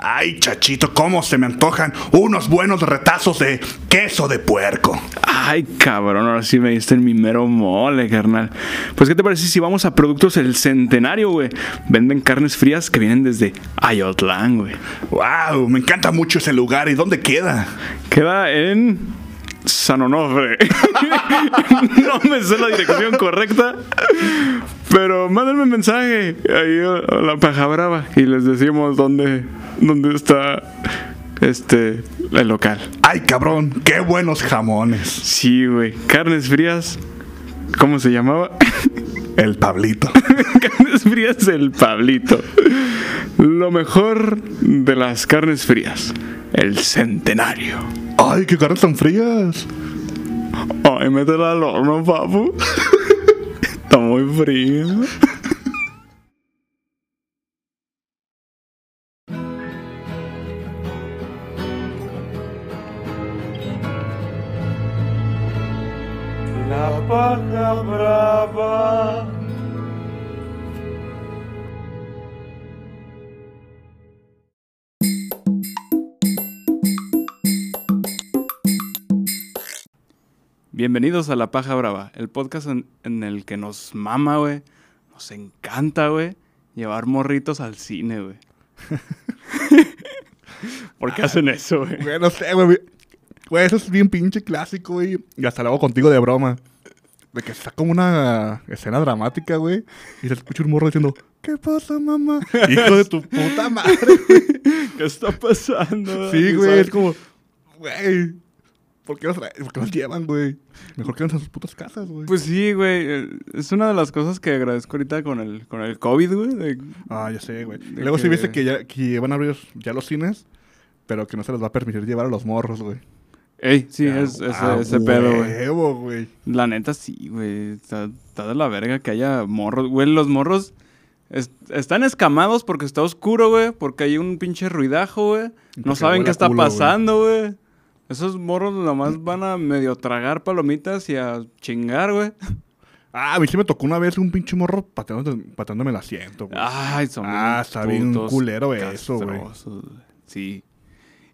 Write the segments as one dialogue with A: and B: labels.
A: Ay, chachito, cómo se me antojan unos buenos retazos de queso de puerco.
B: Ay, cabrón, ahora sí me diste en mi mero mole, carnal. Pues, ¿qué te parece si vamos a Productos El Centenario, güey? Venden carnes frías que vienen desde Ayotlán, güey.
A: Wow, me encanta mucho ese lugar. ¿Y dónde queda?
B: Queda en... San Onofre. no me sé la dirección correcta, pero mándenme un mensaje ahí a la paja brava y les decimos dónde, dónde está este el local.
A: Ay, cabrón, qué buenos jamones.
B: Sí, güey. Carnes frías. ¿Cómo se llamaba?
A: El Pablito.
B: carnes frías el Pablito. Lo mejor de las carnes frías. El centenario.
A: Ay, qué caras tan frías.
B: Ay, métela al horno, papu. Está muy frío.
C: La paja brava.
B: Bienvenidos a La Paja Brava, el podcast en, en el que nos mama, güey. Nos encanta, güey, llevar morritos al cine, güey. ¿Por qué hacen eso, güey?
A: Güey, no sé, güey. Güey, eso es bien pinche clásico, güey. Y hasta lo hago contigo de broma. De que está como una escena dramática, güey. Y se escucha un morro diciendo, ¿qué pasa, mamá? Hijo de tu puta madre.
B: ¿Qué está pasando?
A: Sí, güey,
B: ¿Sabes?
A: es como, güey, ¿por qué nos, trae- por qué nos llevan, güey? Mejor quédense en sus putas casas, güey.
B: Pues sí, güey. eh, Es una de las cosas que agradezco ahorita con el, con el COVID, güey. de-
A: ah, ya sé, güey. Y
B: de
A: Luego sí
B: que-
A: viste que ya que van a abrir ya los cines, pero que no se les va a permitir llevar a los morros, güey.
B: Ey, sí,
A: Ah,
B: es, ese,
A: ah,
B: ese pedo, güey.
A: huevo, güey.
B: La neta sí, güey. Está, está de la verga que haya morros. Güey, los morros es- están escamados porque está oscuro, güey. Porque hay un pinche ruidajo, güey. No
A: porque
B: saben
A: huele a
B: qué está
A: culo, güey.
B: pasando, güey. Esos morros nomás van a medio tragar palomitas y a chingar, güey.
A: Ah, a mí sí me tocó una vez un pinche morro pateándome, pateándome el asiento, güey.
B: Ay, son
A: Ah,
B: bien
A: está bien
B: putos
A: culero eso, güey.
B: castrosos, güey. Sí.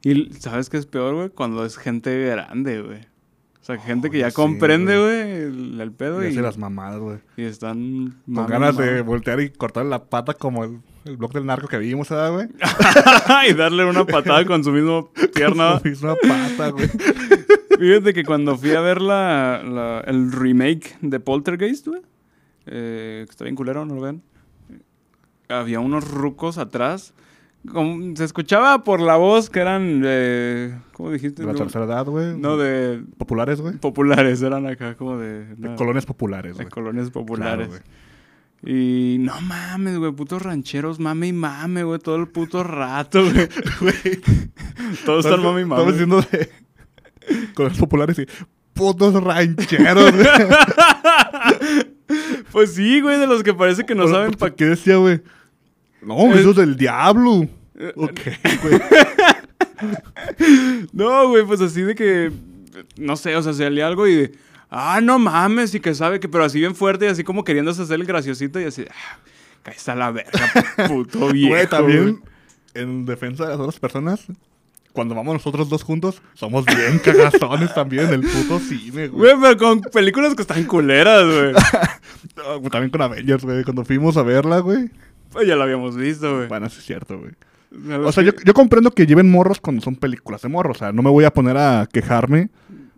B: Y ¿sabes qué es peor, güey? Cuando es gente grande, güey. O sea, gente que
A: ya
B: ya
A: sé,
B: comprende,
A: güey.
B: güey, el, el
A: Y
B: pedo y,
A: hace las mamadas, güey.
B: y están...
A: Con
B: mame,
A: ganas
B: mame.
A: de voltear y cortarle la pata como el, el blog del narco que vimos, ¿sabes, güey?
B: y darle una patada con su mismo pierna.
A: Hizo una pata, güey.
B: Fíjate que cuando fui a ver la, la- el remake de Poltergeist, güey, eh, que está bien culero, no lo vean. Había unos rucos atrás. como- se escuchaba por la voz que eran eh, ¿Cómo dijiste?
A: De la
B: No,
A: tercera edad, güey.
B: no, de
A: Populares, güey.
B: populares, eran acá como de,
A: De
B: una-
A: colonias populares,
B: Ah. de
A: güey.
B: colonias populares.
A: Claro,
B: y no mames, güey, putos rancheros, mame y mame, güey, todo el puto rato, güey. Todos están mame y mame.
A: Estamos diciendo de colonias populares y putos rancheros, güey.
B: Pues sí, güey, de los que parece que no
A: Pero,
B: saben
A: pues,
B: para qué.
A: ¿Qué decía, güey? No,
B: Eh,
A: eso es del diablo. Ok, güey.
B: No, güey, pues así de que. No sé, o sea, se le algo y de. Ah, no mames, y que sabe que, pero así bien fuerte y así como queriéndose hacer el graciosito y así. Ah, cállate a la verga, puto viejo.
A: Güey, también, en defensa de las otras personas, cuando vamos nosotros dos juntos, somos bien cagazones también en el puto cine, güey.
B: Güey, pero con películas que están culeras, güey.
A: Ah, güey, También con Avengers, güey. Cuando fuimos a verla, güey.
B: Pues ya lo habíamos visto, güey.
A: Bueno, sí es cierto, güey.
B: A los
A: O sea, yo, yo comprendo que lleven morros cuando son películas de morros. O sea, no me voy a poner a quejarme.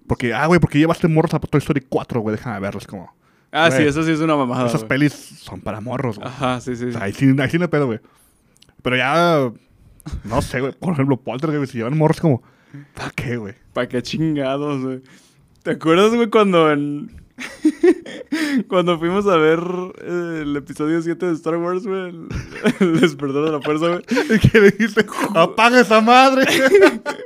A: Porque, ah, güey, porque llevaste morros a Toy Story 4, güey. Déjame verlos como.
B: Ah, sí,
A: güey,
B: eso sí es una mamada.
A: Esas
B: güey.
A: pelis son para morros, güey.
B: Ajá, sí, sí.
A: O
B: sí.
A: sea, ahí sí, ahí sí no hay pedo, güey. Pero ya. No sé, güey. Por ejemplo, Poltergeist, güey. Si llevan morros como. ¿Para qué, güey?
B: ¿Para qué chingados, güey? ¿Te acuerdas, güey, cuando en... cuando fuimos a ver eh, el episodio 7 de Star Wars, güey? El, el despertar de la fuerza, güey.
A: ¿Y qué le dijiste? ¡Apaga esa madre!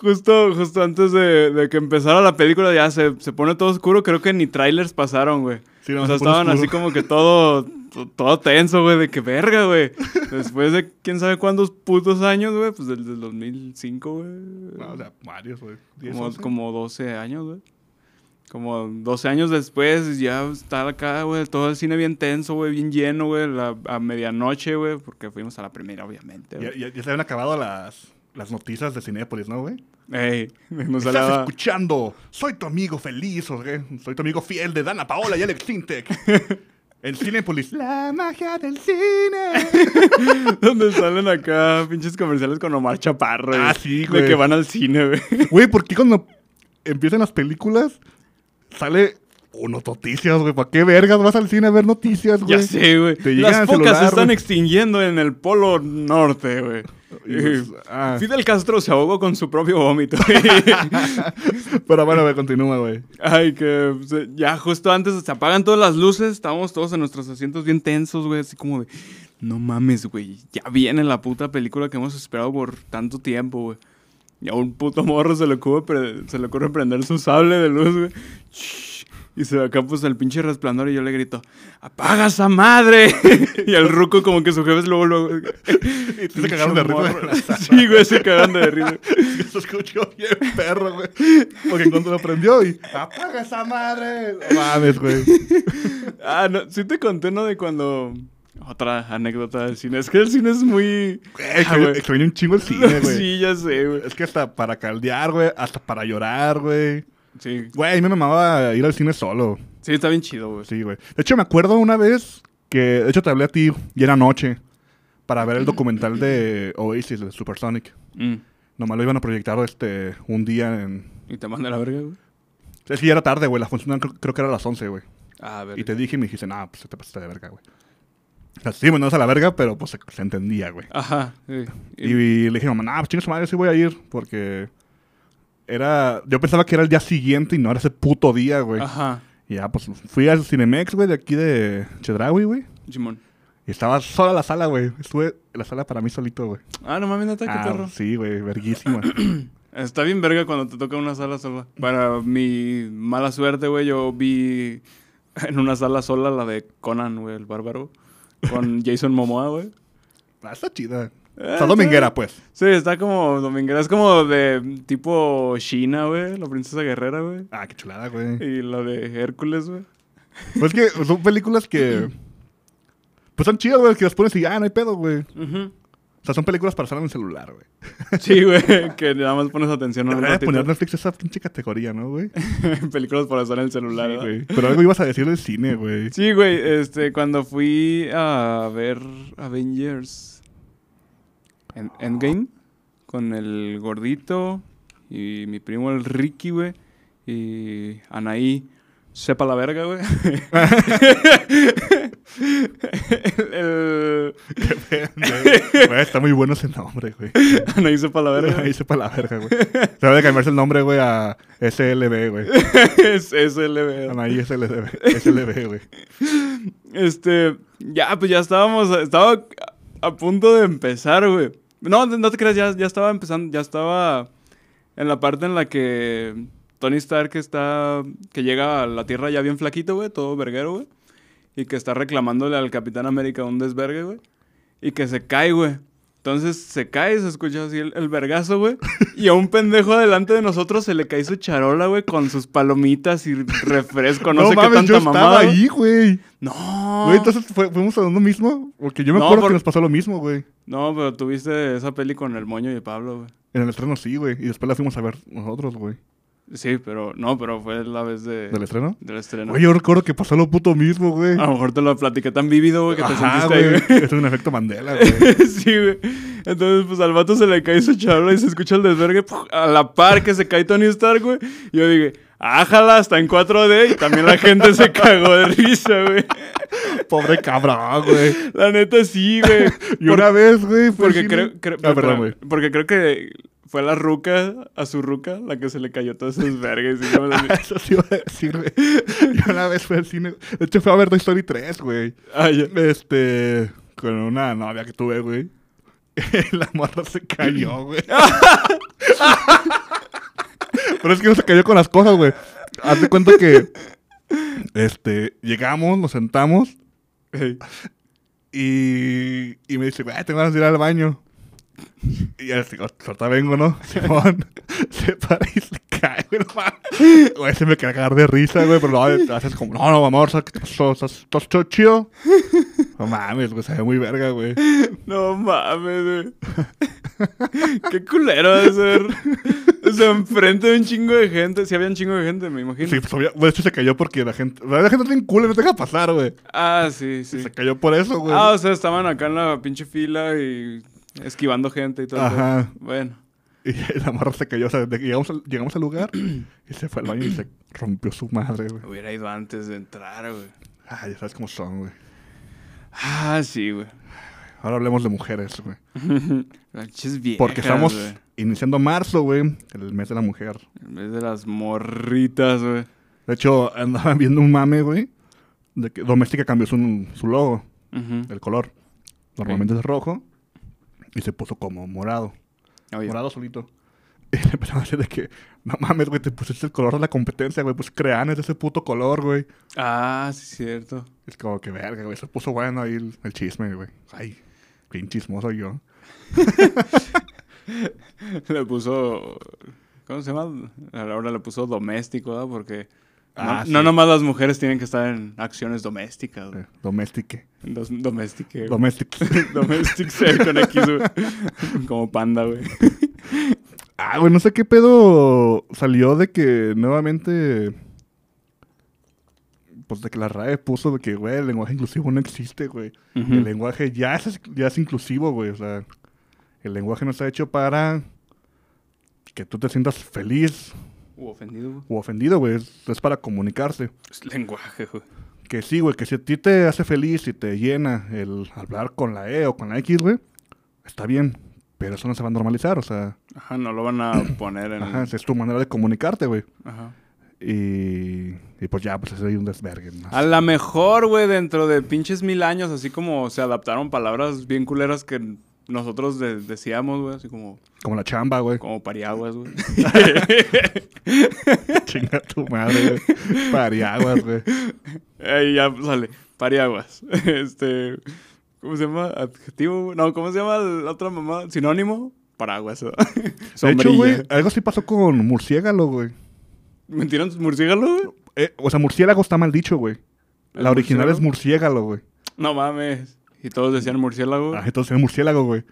B: Justo, justo antes de, de que empezara la película ya se, se pone todo oscuro. Creo que ni trailers pasaron, güey.
A: Sí, no,
B: o sea,
A: se pone
B: estaban
A: oscuro.
B: así como que todo, to- todo tenso, güey, de que verga, güey. Después de quién sabe cuántos putos años, güey, pues del, del 2005, güey.
A: no, o sea, varios, güey. Diez,
B: como,
A: once.
B: como 12 años, güey. Como 12 años después, ya está acá, güey, todo el cine bien tenso, güey, bien lleno, güey, la- a medianoche, güey, porque fuimos a la primera, obviamente.
A: Ya,
B: güey.
A: ya- ya se habían acabado las, las noticias de Cinépolis, ¿no, güey?
B: Ey, nos
A: Estás
B: hablaba-
A: escuchando. Soy tu amigo feliz, ¿o qué? Soy tu amigo fiel de Dana Paola y Alex Sintek. El Cinépolis. La magia del cine.
B: donde salen acá pinches comerciales con Omar Chaparro.
A: Ah,
B: güey,
A: sí,
B: De
A: güey.
B: que van al cine, güey.
A: Güey, ¿por qué cuando empiezan las películas sale uno noticias, güey? ¿Para qué vergas vas al cine a ver noticias, güey?
B: Ya sé, güey.
A: Te llegan
B: Las
A: al
B: focas
A: celular,
B: se están
A: güey.
B: extinguiendo en el polo norte, güey.
A: Y pues, ah.
B: Fidel Castro se ahogó con su propio vómito.
A: Pero bueno, güey, continúa, güey.
B: Ay, que se- ya justo antes se apagan todas las luces, estábamos todos en nuestros asientos bien tensos, güey, así como de, no mames, güey, ya viene la puta película que hemos esperado por tanto tiempo, güey. Y a un puto morro se le ocurre, pre- se le ocurre prender su sable de luz, güey. Shhh. Y se ve acá pues el pinche resplandor y yo le grito, apaga esa madre. y el ruco como que su jefe es luego, luego...
A: Y se cagaron de risa.
B: Morro. Sí, güey, se cagaron de risa.
A: Se escuchó bien perro, güey. Porque cuando lo prendió y... ¡Apaga esa madre! No mames, güey.
B: Ah, no, sí te conté, ¿no? De cuando... Otra anécdota del cine. Es que el cine es muy...
A: Güey,
B: Ah,
A: extrañé-
B: güey.
A: extrañé un chingo el cine, güey.
B: Sí, ya sé, güey.
A: Es que hasta para caldear, güey. Hasta para llorar, güey.
B: Sí.
A: Güey, a mí me mamaba ir al cine solo.
B: sí, está bien chido, güey.
A: Sí, güey. De hecho, me acuerdo una vez que... De hecho, te hablé a ti y era noche. Para ver el documental de Oasis, de Supersonic.
B: Mm.
A: Nomás lo iban a proyectar este, un día en...
B: Y te manda la verga, güey.
A: Es que ya era tarde, güey. La función creo, creo que era a las 11, güey.
B: Ah, ver.
A: Y te dije y me dijiste, no, pues te pasaste de verga, güey. O sea, sí, bueno, no es a la verga, pero pues se, se entendía, güey.
B: Ajá. sí.
A: Y, le dije, mamá, no, pues chingas madre, sí voy a ir, porque era. Yo pensaba que era el día siguiente y no era ese puto día, güey.
B: Ajá.
A: Y ya, pues fui al Cinemex, güey, de aquí de Chedraui, güey.
B: Simón.
A: Y estaba sola la sala, güey. Estuve en la sala para mí solito, güey.
B: Ah, no mames, neta, qué
A: Ah,
B: perro.
A: sí, güey, verguísima.
B: Está bien verga cuando te toca una sala sola. Para mi mala suerte, güey, yo vi en una sala sola la de Conan, güey, el bárbaro. Con Jason Momoa, güey.
A: Ah, está chida.
B: Eh,
A: Está dominguera, pues.
B: Sí, está como dominguera. Es como de tipo China, güey. La princesa guerrera, güey.
A: Ah, qué chulada, güey.
B: Y la de Hércules, güey.
A: Pues es que son películas que. Pues son chidas, güey, que las pones y ah, no hay pedo, güey.
B: Ujú.
A: O sea, son películas para estar en el celular, güey.
B: Sí, güey, que nada más pones atención a un
A: Debería de
B: ratito.
A: poner Netflix esa pinche categoría, ¿no, güey?
B: películas para usar en el celular.
A: Sí,
B: ¿verdad?
A: güey. Pero algo ibas a decir del cine, güey.
B: Ah. Sí, güey, este, cuando fui a ver Avengers en- Endgame con el gordito y mi primo el Ricky, güey, y Anaí, sepa la verga, güey. El- el-
A: Güey, está muy bueno ese nombre, güey.
B: Anaí, sepa la verga.
A: Ahí sepa la verga, güey. Se debe cambiarse el nombre, güey, a SLB, güey.
B: es, es el
A: Anaí SLB, SLB, güey.
B: Este, ya, pues ya estábamos, estaba a punto de empezar, güey. No, no te creas, ya, ya estaba empezando, ya estaba en la parte en la que Tony Stark está, que llega a la Tierra ya bien flaquito, güey, todo verguero, güey. Y que está reclamándole al Capitán América un desvergue, güey. Y que se cae, güey. Entonces se cae, se escucha así el, el vergazo, güey. Y a un pendejo delante de nosotros se le cae su charola, güey, con sus palomitas y refresco, no, sé qué tanta
A: yo
B: mamada.
A: estaba
B: güey.
A: ahí, güey.
B: No.
A: Güey, entonces fue- fuimos a uno mismo. Porque yo me
B: No,
A: acuerdo
B: por-
A: que nos pasó lo mismo, güey.
B: No, pero tuviste esa peli con el moño y Pablo, güey.
A: En el estreno sí, güey. Y después la fuimos a ver nosotros, güey.
B: Sí, pero no, pero fue la vez de,
A: ¿Del estreno?
B: del estreno.
A: Güey, yo recuerdo que pasó lo puto mismo, güey.
B: A lo mejor te lo platiqué tan vívido, güey, Ah, que te
A: Ajá,
B: sentiste ahí,
A: güey.
B: güey.
A: Es un efecto Mandela, güey.
B: sí, güey. Entonces, pues al vato se le cae su charla y se escucha el desvergue ¡puf! a la par que se cae Tony Stark, güey. Y yo dije, ájala, está en 4D. Y también la gente se cagó de risa, güey.
A: Pobre cabrón, güey.
B: La neta, sí, güey.
A: Y una vez, güey, fue
B: Porque
A: al
B: creo,
A: cine-
B: creo-
A: Ah, perdón,
B: pero-
A: güey.
B: porque creo que fue la ruca, a su ruca, la que se le cayó todos esos vergas. Y yo me
A: Ah, Eso sí iba a decir, güey. Yo una vez fui al cine. De hecho, fui a ver Toy Story 3, güey.
B: Ah, ya.
A: Este. Con una novia que tuve, güey. La morra se cayó, güey. Pero es que no se cayó con las cosas, güey. Haz de cuenta que. Este. Llegamos, nos sentamos.
B: Ey.
A: Y, y me dice, güey, tengo ganas de ir al baño. Y yo le digo, ahorita vengo, ¿no? Simón se para y se cae, güey, no mames. Güey, se me quiere cagar de risa, güey, pero no, haces como, no, no, amor, ¿sabes qué te pasó? ¿Estás estás todo chido? No mames, güey, se ve muy verga, güey.
B: No mames, güey. Qué culero de ser. O sea, enfrente de un chingo de gente. Si había un chingo de gente, me imagino.
A: Sí, pues, obvia- güey, de hecho se cayó porque la gente, la gente tiene culo, no te deja pasar, güey.
B: Ah, sí, sí.
A: Se cayó por eso, güey.
B: Ah, o sea, estaban acá en la pinche fila y esquivando gente y todo. el
A: Ajá.
B: pedo. Bueno.
A: Y la morra se cayó, o sea, de que llegamos al, llegamos al lugar y se fue al baño y se rompió su madre, güey.
B: Hubiera ido antes de entrar, güey.
A: Ay, ya sabes cómo son, güey.
B: Ah, sí, güey.
A: Ahora hablemos de mujeres, güey.
B: Pinches viejas,
A: Porque estamos
B: güey.
A: iniciando marzo, güey, el mes de la mujer.
B: En vez de las morritas, güey.
A: De hecho, andaba viendo un mame, güey, de que Doméstica cambió su, su logo,
B: Ujú.
A: el color. Normalmente es rojo y se puso como morado.
B: Oye,
A: Morado solito. Y le empezaron a decir de que, no mames, güey, te pusiste el color de la competencia, güey, pues crean ese puto color, güey.
B: Ah, sí, cierto.
A: Es como que verga, güey. Se puso bueno ahí el, el chisme, güey. Ay, bien chismoso yo.
B: Le puso. ¿Cómo se llama? Ahora le puso doméstico, ¿verdad? Porque.
A: Ah,
B: no,
A: sí.
B: no nomás las mujeres tienen que estar en acciones domésticas. güey.
A: Eh, Domestique.
B: Dos- domestique. güey.
A: Domestique.
B: Domestic ser con X, güey. Como panda, güey.
A: ah, güey, no sé qué pedo salió de que nuevamente. Pues de que la RAE puso de que, güey, el lenguaje inclusivo no existe, güey. El lenguaje ya es, ya es inclusivo, güey. O sea, el lenguaje no está hecho para que tú te sientas feliz
B: Uh, ofendido, güey.
A: o ofendido, güey. Es- es para comunicarse.
B: Es lenguaje, güey.
A: Que sí, güey, que si a ti te hace feliz y te llena el hablar con la E o con la X, güey, está bien. Pero eso no se va a normalizar, o sea,
B: Ajá, no lo van a poner en.
A: ajá,
B: Ajá,
A: esa es tu manera de comunicarte, güey.
B: Ajá.
A: Y, y pues ya, pues es ahí un desvergue. ¿no?
B: A lo mejor, güey, dentro de pinches mil años, así como se adaptaron palabras bien culeras que nosotros de- decíamos, güey, así como,
A: Como la chamba, güey.
B: como pariaguas, güey.
A: Chinga tu madre, güey. Pariaguas, güey.
B: Ahí ya sale, pariaguas. Este, ¿cómo se llama? Adjetivo, güey. no, ¿cómo se llama la otra mamá? Sinónimo, paraguas. ¿verdad?
A: De hecho,
B: Sombrilla.
A: güey, algo así pasó con murciélago, güey.
B: ¿Mentieron sus murciélago, güey?
A: Eh, o sea, murciélago está mal dicho, güey.
B: ¿El
A: La original es murciélago, güey.
B: No mames. Y todos decían murciélago.
A: Ah, entonces es murciélago, güey.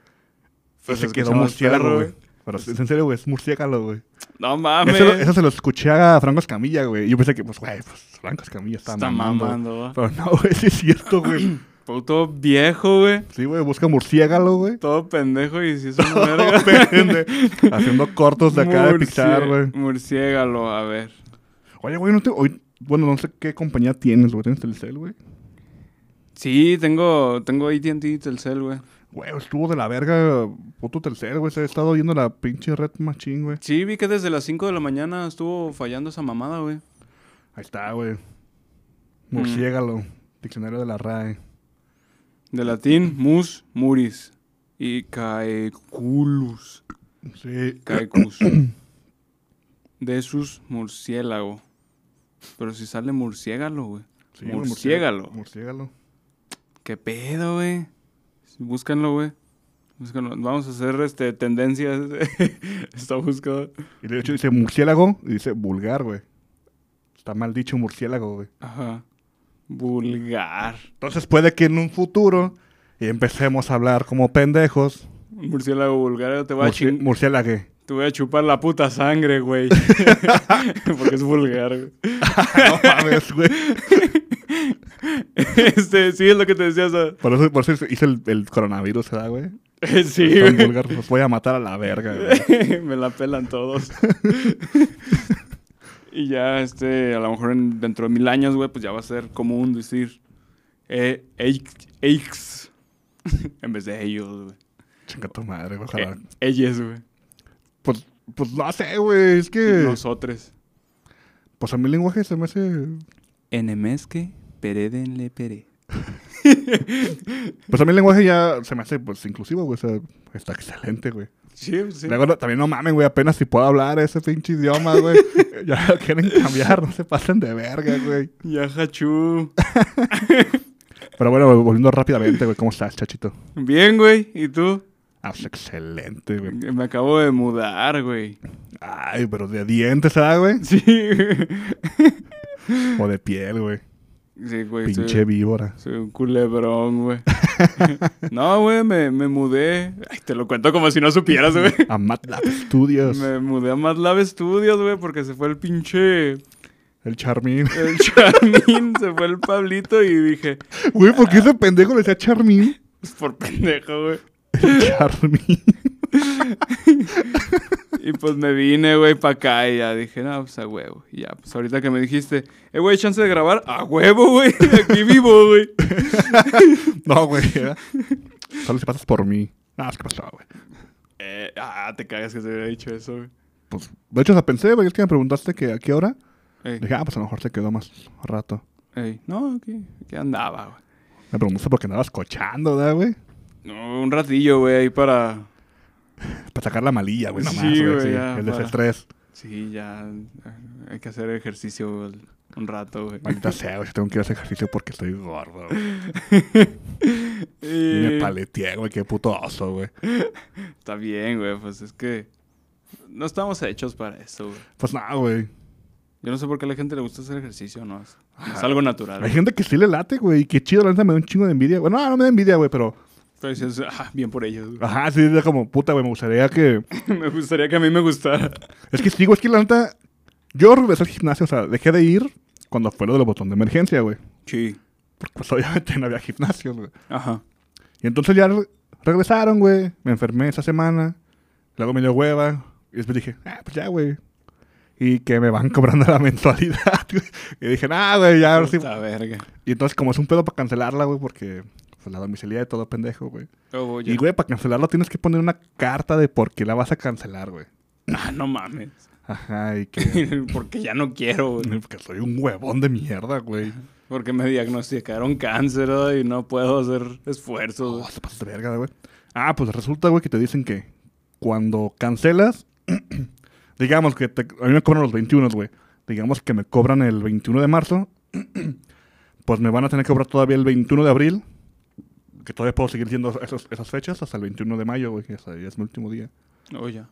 B: Pues
A: se quedó
B: escuchaba perro,
A: murciélago,
B: güey.
A: güey. Pero es en serio, güey, es murciélago, güey.
B: No mames.
A: Eso, lo- eso se lo escuché a Franco Escamilla, güey. Yo pensé que, pues, güey, pues Franco Escamilla está,
B: Está
A: mamando.
B: mamando, va.
A: Pero no, güey, sí es cierto, güey.
B: Todo viejo, güey.
A: Sí, güey, busca murciégalo, güey.
B: Todo pendejo y si es una verga.
A: Depende. Haciendo cortos de acá de
B: Murcie-
A: Pixar, güey.
B: Murciégalo, a ver.
A: Oye, güey, no te. hoy- bueno, no sé qué compañía tienes, güey. ¿Tienes Telcel, güey?
B: Sí, tengo, tengo AT&T y Telcel, güey.
A: Güey, estuvo de la verga puto Telcel, güey. Se ha estado yendo la pinche red machín, güey.
B: Sí, vi que desde las 5 de la mañana estuvo fallando esa mamada, güey.
A: Ahí está, güey. Murciégalo. Diccionario de la RAE.
B: De latín, mus, muris. Y caeculus.
A: Sí.
B: Caecus. De sus murciélago. Pero si sale murciégalo, güey.
A: sí güey,
B: Murciégalo.
A: Murciégalo.
B: ¿Qué pedo, güey? Búscanlo, güey. Búscanlo. Vamos a hacer este, tendencias. Está buscado.
A: Y de hecho dice murciélago y dice vulgar, güey. Está mal dicho murciélago, güey.
B: Ajá. Vulgar.
A: Entonces puede que en un futuro empecemos a hablar como pendejos.
B: Un murciélago vulgar. Te voy, a
A: Murci
B: chin-
A: murciélague.
B: te voy a chupar la puta sangre, güey. Porque es vulgar, güey.
A: no mames, güey.
B: Este, sí, es lo que te decía. o sea, eh,
A: Por eso, por eso hice- hice el, el coronavirus, ¿verdad, güey?
B: Sí,
A: Tan
B: güey.
A: vulgar, los voy a matar a la verga, güey.
B: Me la pelan todos. y ya, este, a lo mejor en- dentro de mil años, güey, pues ya va a ser común decir eh, eix- eix, en vez de ellos, güey.
A: Chinga tu madre, güey. Ojalá.
B: Eh, ellas, güey.
A: Pues, pues no sé, güey. Es que.
B: Nosotres.
A: Pues a mi lenguaje se me hace.
B: Enemesque, peredenle pere.
A: Pues a mi lenguaje ya se me hace, pues, inclusivo, güey. O sea, está excelente, güey.
B: Sí, pues sí.
A: Luego, no- también no mamen, güey, apenas si puedo hablar ese pinche idioma, güey. ya lo quieren cambiar, no se pasen de verga, güey.
B: Ya, hachú.
A: Pero bueno, volviendo rápidamente, güey, ¿cómo estás, chachito?
B: Bien, güey. ¿Y tú?
A: Ah, pues excelente, güey.
B: Me acabo de mudar, güey.
A: Ay, pero de dientes, ¿ah, güey?
B: Sí.
A: O de piel, güey.
B: Sí, güey. soy-
A: Pinche víbora.
B: Soy un culebrón, güey. no, güey, me, me mudé. Ay, te lo cuento como si no supieras, güey.
A: A MATLAB Studios.
B: Me mudé a MATLAB Studios, güey, porque se fue el pinche...
A: El Charmín.
B: El Charmín, se fue el Pablito y dije...
A: Güey, ¿por qué ese pendejo le decía Charmín?
B: Es por pendejo, güey.
A: Charmín.
B: Y pues me vine, güey, para acá y ya dije, no, pues a huevo. Y ya, pues ahorita que me dijiste, eh, güey, chance de grabar, a huevo, güey. Aquí vivo, güey.
A: No, güey. era- Solo si pasas por mí. Ah, es que pasaba, güey.
B: Eh, ah, te cagas que se hubiera dicho eso, güey.
A: Pues, de hecho, la pensé, güey. Es que me preguntaste que a qué hora.
B: Ey,
A: Dije, ah, pues a lo mejor se quedó más rato.
B: ey, no, aquí, aquí andaba, güey.
A: Me preguntaste por qué andabas cochando, ¿verdad, güey?
B: No, un ratillo, güey, ahí para...
A: Para sacar la malilla, güey, nomás,
B: Sí,
A: güey.
B: güey,
A: sí.
B: ya,
A: el
B: para.
A: desestrés.
B: Sí, ya, eh, hay que hacer ejercicio güey, un rato, güey.
A: Maldita sea, güey. si Tengo que ir a hacer ejercicio porque estoy gordo, güey. Y me
B: Eh,
A: paleteé, güey. Qué puto oso, güey.
B: Está bien, güey, pues es que no estamos hechos para eso, güey.
A: Pues nada, güey.
B: Yo no sé por qué a la gente le gusta hacer ejercicio, no, es, no es
A: Ajá.
B: algo natural.
A: Hay gente que sí le late, güey. Y qué chido, la neta me da un chingo de envidia. Bueno, ah, no, no me da envidia, güey, pero.
B: Pero dices, "Ah, bien por ellos, güey".
A: Ajá, sí, es como puta, güey. Me gustaría que.
B: me gustaría que a mí me gustara.
A: Es que sí, güey, es que la neta. Yo regresé al gimnasio, o sea, dejé de ir cuando fue lo del botón de emergencia, güey.
B: Sí.
A: Porque pues obviamente no había gimnasio, güey.
B: Ajá.
A: Y entonces ya re- regresaron, güey. Me enfermé esa semana. Luego me dio hueva. Y después dije, ah, pues ya, güey. Y que me van cobrando la mensualidad, güey. Y dije, nah, güey, ya ahora sí.
B: Puta verga.
A: Y entonces, como es un pedo para cancelarla, güey, porque pues, la domiciliaria de todo pendejo, güey.
B: Oh, ya.
A: Y, güey, para cancelarla tienes que poner una carta de por qué la vas a cancelar, güey.
B: Ah, no mames.
A: Ajá, y que.
B: Porque ya no quiero, güey.
A: Porque soy un huevón de mierda, güey.
B: Porque me diagnosticaron cáncer ¿verdad? y no puedo hacer esfuerzos.
A: Oh,
B: güey.
A: se pasaste de verga, güey. Ah, pues resulta, güey, que te dicen que cuando cancelas, digamos que te- a mí me cobran los 21, güey. Digamos que me cobran el 21 de marzo, pues me van a tener que cobrar todavía el 21 de abril, que todavía puedo seguir siendo esos- esas fechas hasta el 21 de mayo, güey, que hasta ahí es mi último día.
B: Oh, ya.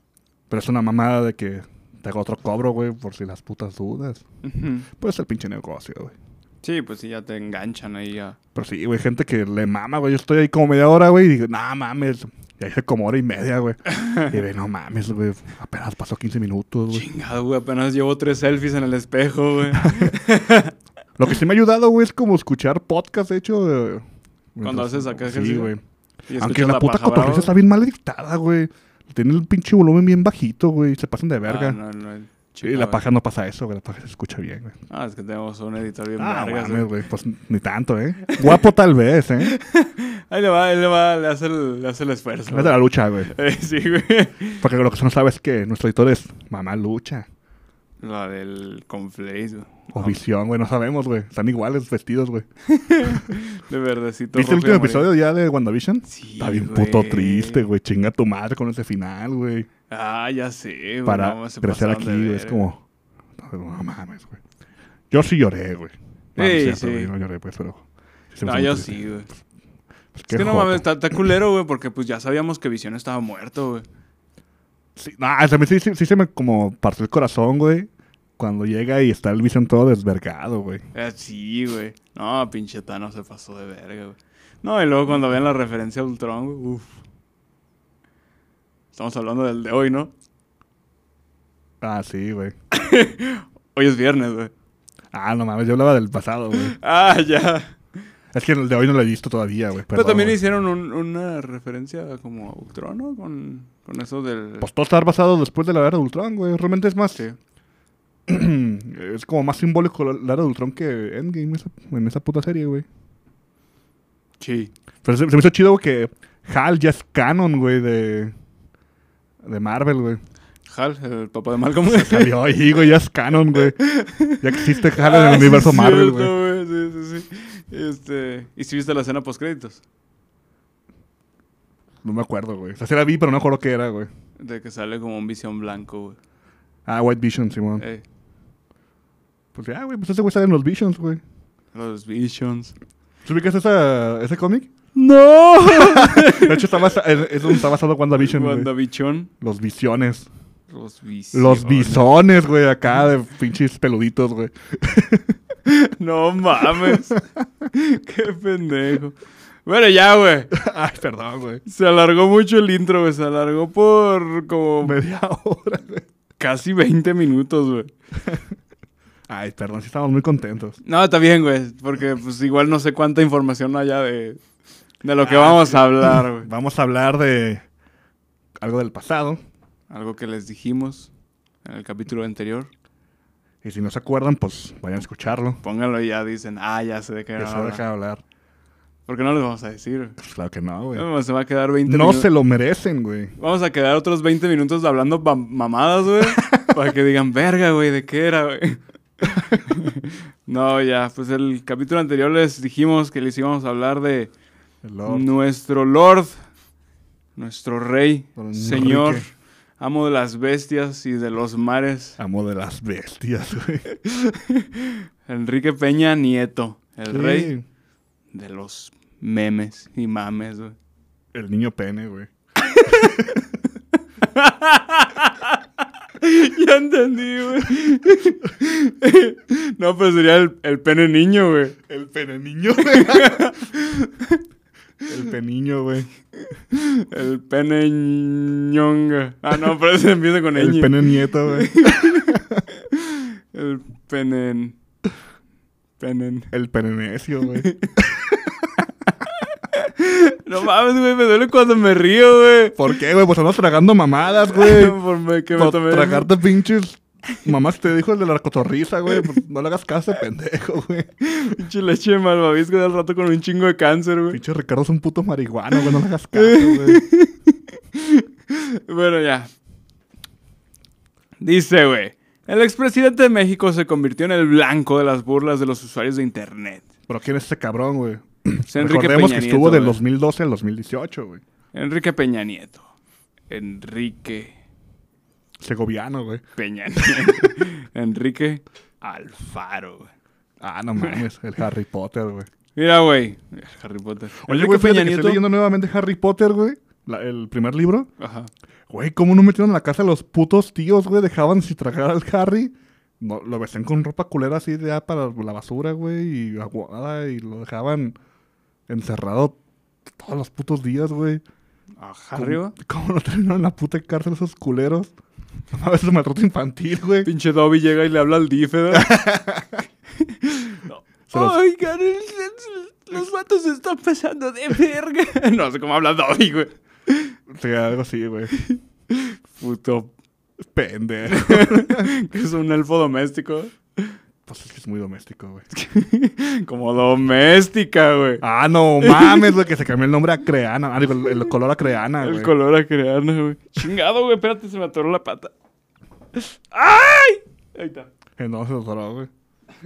A: Pero es una mamada de que te hago otro cobro, güey, por si las putas dudas.
B: Ujú.
A: Pues el pinche negocio, güey.
B: Sí, pues sí, ya te enganchan ahí ya.
A: Pero sí, güey, gente que le mama, güey. Yo estoy ahí como media hora, güey, y digo, nah, mames. Ya hice como hora y media, güey. Y ve, no mames, güey. Apenas pasó 15 minutos, güey.
B: Chingado, güey, apenas llevo tres selfies en el espejo, güey.
A: Lo que sí me ha ayudado, güey, es como escuchar podcast de hecho. eh,
B: Cuando
A: mientras-
B: haces acá
A: Sí,
B: ejercicio.
A: güey.
B: Y
A: Aunque
B: escuchas
A: la, puta
B: paja brava.
A: cotorriza está bien mal dictada, güey. Tiene el pinche volumen bien bajito, güey. Se pasan de verga.
B: Ah, no, no, el
A: Sí,
B: chica,
A: la
B: güey.
A: paja no pasa eso, güey. La paja se escucha bien, güey.
B: Ah, es que tenemos un editor bien
A: Ah,
B: vergas,
A: mames,
B: güey.
A: güey. Pues ni tanto, ¿eh? Guapo tal vez, ¿eh?
B: Ahí le va, ahí le va, le hace el, le hace el esfuerzo.
A: Es de la lucha, güey.
B: güey. Eh, sí, güey.
A: Porque lo que se no sabe es que nuestro editor es mamá lucha.
B: La del conflace, güey.
A: O visión, güey, no sabemos, güey. Están iguales vestidos, güey.
B: De verdecito.
A: ¿Viste el
B: rojo y
A: último
B: amarillo.
A: episodio ya de WandaVision?
B: Sí,
A: Está bien
B: güey.
A: puto triste, güey. Chinga tu madre con ese final, güey.
B: Ah, ya sé, güey.
A: Para
B: no, se
A: crecer
B: pasaron
A: aquí,
B: de
A: güey. Es
B: verga.
A: como. No, no mames, güey. Yo sí lloré, güey. No, no es
B: Ey,
A: cierto,
B: sí.
A: güey, No lloré, pues, pero. sí se me
B: No,
A: hizo
B: yo
A: muy triste.
B: sí, güey.
A: Pues,
B: Es
A: qué
B: que no
A: joto.
B: mames, está, está culero, güey, porque pues ya sabíamos que Visión estaba muerto, güey.
A: Sí, no, o sea, a mí sí, sí- sí se me como partió el corazón, güey. Cuando llega y está el Vision todo desvergado, güey.
B: Eh, sí, güey. No, pinche Thanos se pasó de verga, güey. No, y luego cuando vean la referencia a Ultron, güey, uff. Estamos hablando del de hoy, ¿no?
A: Ah, sí, güey.
B: Hoy es viernes, güey.
A: Ah, no mames, yo hablaba del pasado, güey.
B: Ah, ya.
A: Es que el de hoy no lo he visto todavía, güey.
B: Pero
A: perdón,
B: también
A: güey.
B: hicieron un- una referencia como a Ultron, ¿no? Con, con eso del...
A: Pues todo está basado después de la era de Ultron, güey. Realmente es más.
B: Sí.
A: es como más simbólico la la era de Ultron que Endgame esa- en esa puta serie, güey.
B: Sí.
A: Pero se, se me hizo chido, güey, que Hal ya es canon, güey, de. De Marvel, güey.
B: Hal, el papá de Malcolm.
A: Salió ahí, güey, ya es canon, güey. Ya existe Hal en
B: Ah,
A: el
B: sí,
A: universo
B: es
A: Marvel,
B: cierto,
A: güey.
B: güey. Sí, sí, sí. Este, ¿Y si viste la escena post-créditos?
A: No me acuerdo, güey. O sea, sí la vi, pero no me acuerdo qué era, güey.
B: De que sale como un visión blanco, güey.
A: Ah, White Vision, Simón.
B: Eh,
A: Pues ya, güey, pues ese güey sale en los Visions, güey.
B: los Visions.
A: ¿Tú ubicas esa, ese cómic?
B: ¡No!
A: De hecho, está basado, es, está basado en WandaVision, güey.
B: WandaVichón.
A: Los visiones.
B: Los bisones.
A: Los bisones, güey, acá de pinches peluditos, güey.
B: No mames. Qué pendejo. Bueno, ya, güey.
A: Ay, perdón, güey.
B: Se alargó mucho el intro, güey. Se alargó por como
A: Media hora, güey.
B: casi 20 minutos, güey.
A: Ay, perdón, sí estamos muy contentos.
B: No, está bien, güey. Porque pues igual no sé cuánta información haya de, de lo que vamos a hablar, güey.
A: Vamos a hablar de algo del pasado.
B: Algo que les dijimos en el capítulo anterior.
A: Y si no se acuerdan, pues vayan a escucharlo.
B: Pónganlo y ya dicen, ah, ya sé de qué
A: Que se
B: hablar.
A: deja hablar.
B: Porque no les vamos a decir.
A: Pues claro que no, güey.
B: güey. Se va a quedar 20
A: No
B: minutos.
A: se lo merecen, güey.
B: Vamos a quedar otros 20 minutos hablando ba- mamadas, güey. para que digan, verga, güey, ¿de qué era, güey? no, ya, pues el capítulo anterior les dijimos que les íbamos a hablar de
A: El Lord.
B: nuestro Lord, nuestro Rey,
A: Don
B: Señor,
A: Enrique.
B: amo de las bestias y de los mares,
A: Amo de las bestias, güey.
B: Enrique Peña Nieto,
A: Sí.
B: el Rey de los memes y mames, güey.
A: El niño pene, güey.
B: Ya entendí, güey. No, pero sería el, el pene niño, güey.
A: El pene niño, güey. El peniño, güey.
B: El pene ñonga. Ah, no, pero ese empieza con
A: El
B: ñ.
A: pene nieto, güey.
B: El penen. Penen.
A: El pene necio, güey.
B: No mames, güey, me duele cuando me río, güey.
A: ¿Por qué, güey? Pues andas tragando mamadas, güey.
B: Por me- que me
A: Por
B: tomé-
A: tragarte pinches. Mamá se te dijo el de la cotorriza, güey. Pues no le hagas caso, pendejo, güey.
B: Pinche leche de malvavisco del rato con un chingo de cáncer, güey.
A: Pinche Ricardo es un puto marihuano, güey. No le hagas caso, güey.
B: Bueno, ya. Dice, güey. El expresidente de México se convirtió en el blanco de las burlas de los usuarios de internet.
A: Pero ¿quién es ese cabrón, güey?
B: Es Enrique
A: Recordemos
B: Peña
A: que estuvo
B: Nieto,
A: del
B: güey.
A: 2012 al 2018, güey.
B: Enrique Peña Nieto. Enrique
A: Segoviano, güey.
B: Peña Nieto. Enrique Alfaro, güey.
A: Ah, no mames. El Harry Potter, güey.
B: Mira, güey. Harry Potter.
A: Oye,
B: Enrique
A: güey, fíjate que estoy leyendo nuevamente Harry Potter, güey. la- el primer libro.
B: Ajá.
A: Güey, ¿cómo no metieron a la casa a los putos tíos, güey? Dejaban si tragar al Harry. No, lo vestían con ropa culera así de ya para la basura, güey. Y aguada. Y lo dejaban encerrado todos los putos días, güey.
B: Ajá,
A: ¿Cómo-
B: arriba.
A: ¿Cómo no terminaron en la puta cárcel esos culeros? A veces maltrato infantil, güey.
B: Pinche Dobby llega y le habla al DIF, ¿eh? ¿verdad?
A: Se los-
B: Oigan, el- el- los vatos se están pasando de verga. No sé cómo habla Dobby, güey.
A: Sí, algo así, güey.
B: Puto.
A: Pendejo.
B: que es un elfo doméstico.
A: Pues es que es muy doméstico, güey.
B: Como doméstica, güey.
A: Ah, no mames, güey, que se cambió el nombre a Creana. Ah, digo, el, el color a Creana,
B: El
A: güey.
B: color a crear, ¿no, güey. Chingado, güey. Espérate, se me atoró la pata. ¡Ay! Ahí está.
A: Que No, se lo güey.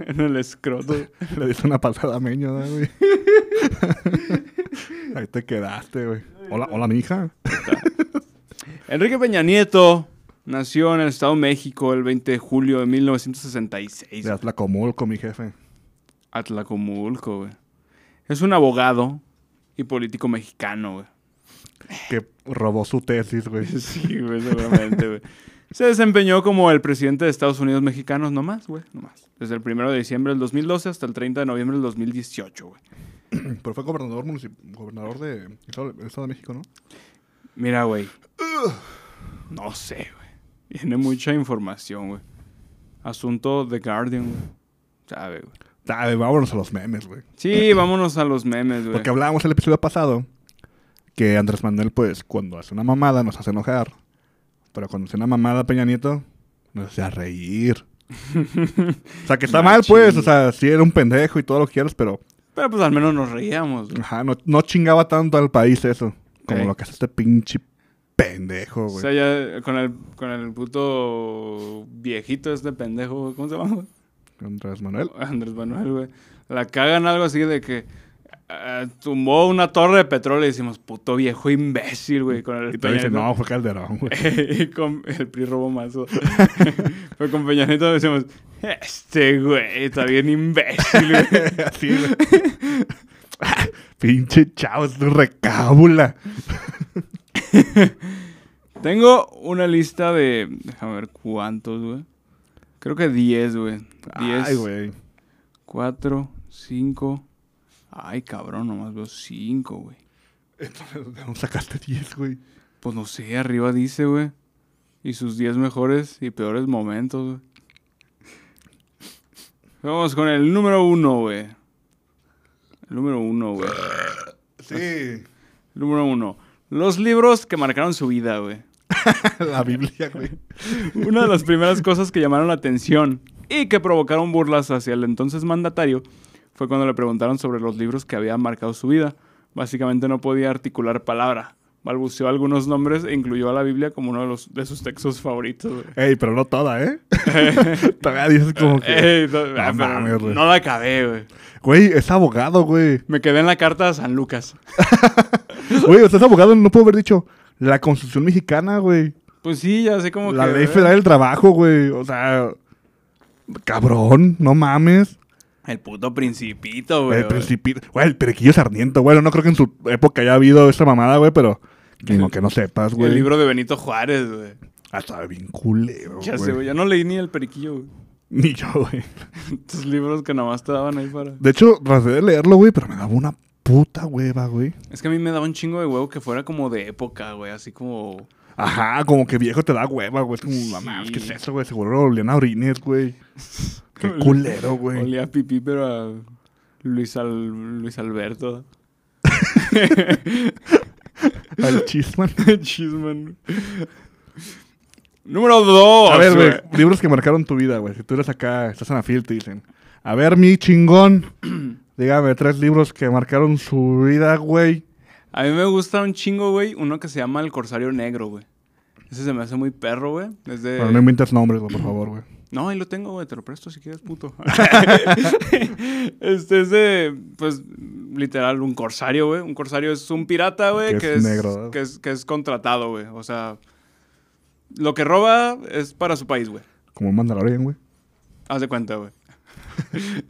B: En el escroto.
A: Le diste una patada a Meño, ¿no, güey. Ahí te quedaste, güey. Hola, hola, mi hija.
B: Enrique Peña Nieto nació en el Estado de México el 20 de julio de 1966.
A: Le la comulco, mi jefe.
B: Atlacomulco, güey. Es un abogado y político mexicano, güey.
A: Que robó su tesis, güey.
B: Sí, güey, seguramente, güey. Se desempeñó como el presidente de Estados Unidos mexicanos nomás, güey, nomás. Desde el 1 de diciembre del 2012 hasta el 30 de noviembre del 2018, güey.
A: Pero fue gobernador municipal, gobernador de Estado del Estado de México, ¿no?
B: Mira, güey. No sé, güey. Tiene mucha información, güey. Asunto The Guardian, güey. Sabe, güey.
A: Dale, Ah, vámonos a los memes, güey.
B: Sí, vámonos a los memes, güey.
A: Porque hablábamos el episodio pasado que Andrés Manuel, pues, cuando hace una mamada nos hace enojar. Pero cuando hace una mamada Peña Nieto, nos hace a reír. o sea, que está mal, pues. O sea, sí era un pendejo y todo lo que quieras, pero
B: Pero pues al menos nos reíamos, güey.
A: ajá, no, no chingaba tanto al país eso. Como
B: Ey.
A: lo que hace este pinche pendejo,
B: O
A: güey.
B: sea, ya con el, con el puto viejito este pendejo, güey, ¿cómo se llama? güey?
A: Andrés Manuel.
B: Andrés Manuel, güey. La cagan algo así de que eh, tumbó una torre de petróleo y decimos, puto viejo imbécil, güey. Con el
A: Y te dice,
B: Peña-
A: no, fue Calderón, güey.
B: y con el PRI robó más. Fue con Peña Nieto decimos, este güey está bien imbécil, güey.
A: Así, güey. Pinche chavo, es recábula.
B: Tengo una lista de. Déjame ver cuántos, güey. Creo que 10, güey. 10.
A: Ay, güey.
B: 4, 5. Ay, cabrón, nomás veo 5, güey.
A: Entonces, ¿de dónde sacaste 10, güey?
B: Pues no sé, arriba dice, güey. Y sus 10 mejores y peores momentos, güey. Vamos con el número 1, güey. El número 1, güey.
A: Sí.
B: El número 1. Los libros que marcaron su vida, güey.
A: La Biblia, güey.
B: Una de las primeras cosas que llamaron la atención y que provocaron burlas hacia el entonces mandatario fue cuando le preguntaron sobre los libros que habían marcado su vida. Básicamente no podía articular palabra. Balbuceó algunos nombres e incluyó a la Biblia como uno de, los, de sus textos favoritos. güey.
A: Ey, pero no toda, ¿eh? Todavía dices como que...
B: Ey, no, ah, pero
A: mames, güey.
B: no la acabé, güey.
A: Güey, es abogado, güey.
B: Me quedé en la carta de San Lucas.
A: Güey, o sea, es abogado, no puedo haber dicho la Constitución Mexicana, güey.
B: Pues sí, ya sé cómo
A: La
B: que... eh?
A: ley federal del trabajo, güey. O sea, cabrón, no mames.
B: El puto principito, güey.
A: el principito. Güey, el periquillo sarniento, güey. No creo que en su época haya habido esa mamada, güey, pero. Digo que no sepas,
B: güey.
A: güey.
B: El libro de Benito Juárez, güey.
A: Hasta bien culero,
B: Ya sé,
A: güey.
B: güey. Ya no leí ni el periquillo, güey.
A: Ni yo, güey.
B: Tus libros que nada más te daban ahí para.
A: De hecho, traté de leerlo, güey, pero me daba una puta hueva, güey.
B: Es que a mí me daba un chingo de huevo que fuera como de época, güey. Así como.
A: Ajá, como que viejo te da hueva, güey. Es como, mamá, ¿qué es eso, güey? Seguro lo olían a orines, güey. Qué culero, güey.
B: Olía a pipí, pero a Luis, Al- Luis Alberto.
A: Al chisman.
B: Chisman. Número 2.
A: A ver, güey, libros que marcaron tu vida, güey. Si tú eres acá, estás en la fila y te dicen, a ver, mi chingón, dígame tres libros que marcaron su vida, güey.
B: A mí me gusta un chingo, güey. Uno que se llama El Corsario Negro, güey. Ese se me hace muy perro, güey. Desde...
A: Pero no inventes nombres, güey, por favor, güey.
B: No, ahí lo tengo, güey, te lo presto si quieres, puto. este es de, pues, literal, un corsario, güey. Un corsario es un pirata, güey, que,
A: Que es
B: es
A: negro, ¿verdad?
B: que es que es contratado, güey. O sea, lo que roba es para su país, güey.
A: Como un Mandalorian, güey.
B: Haz de cuenta, güey.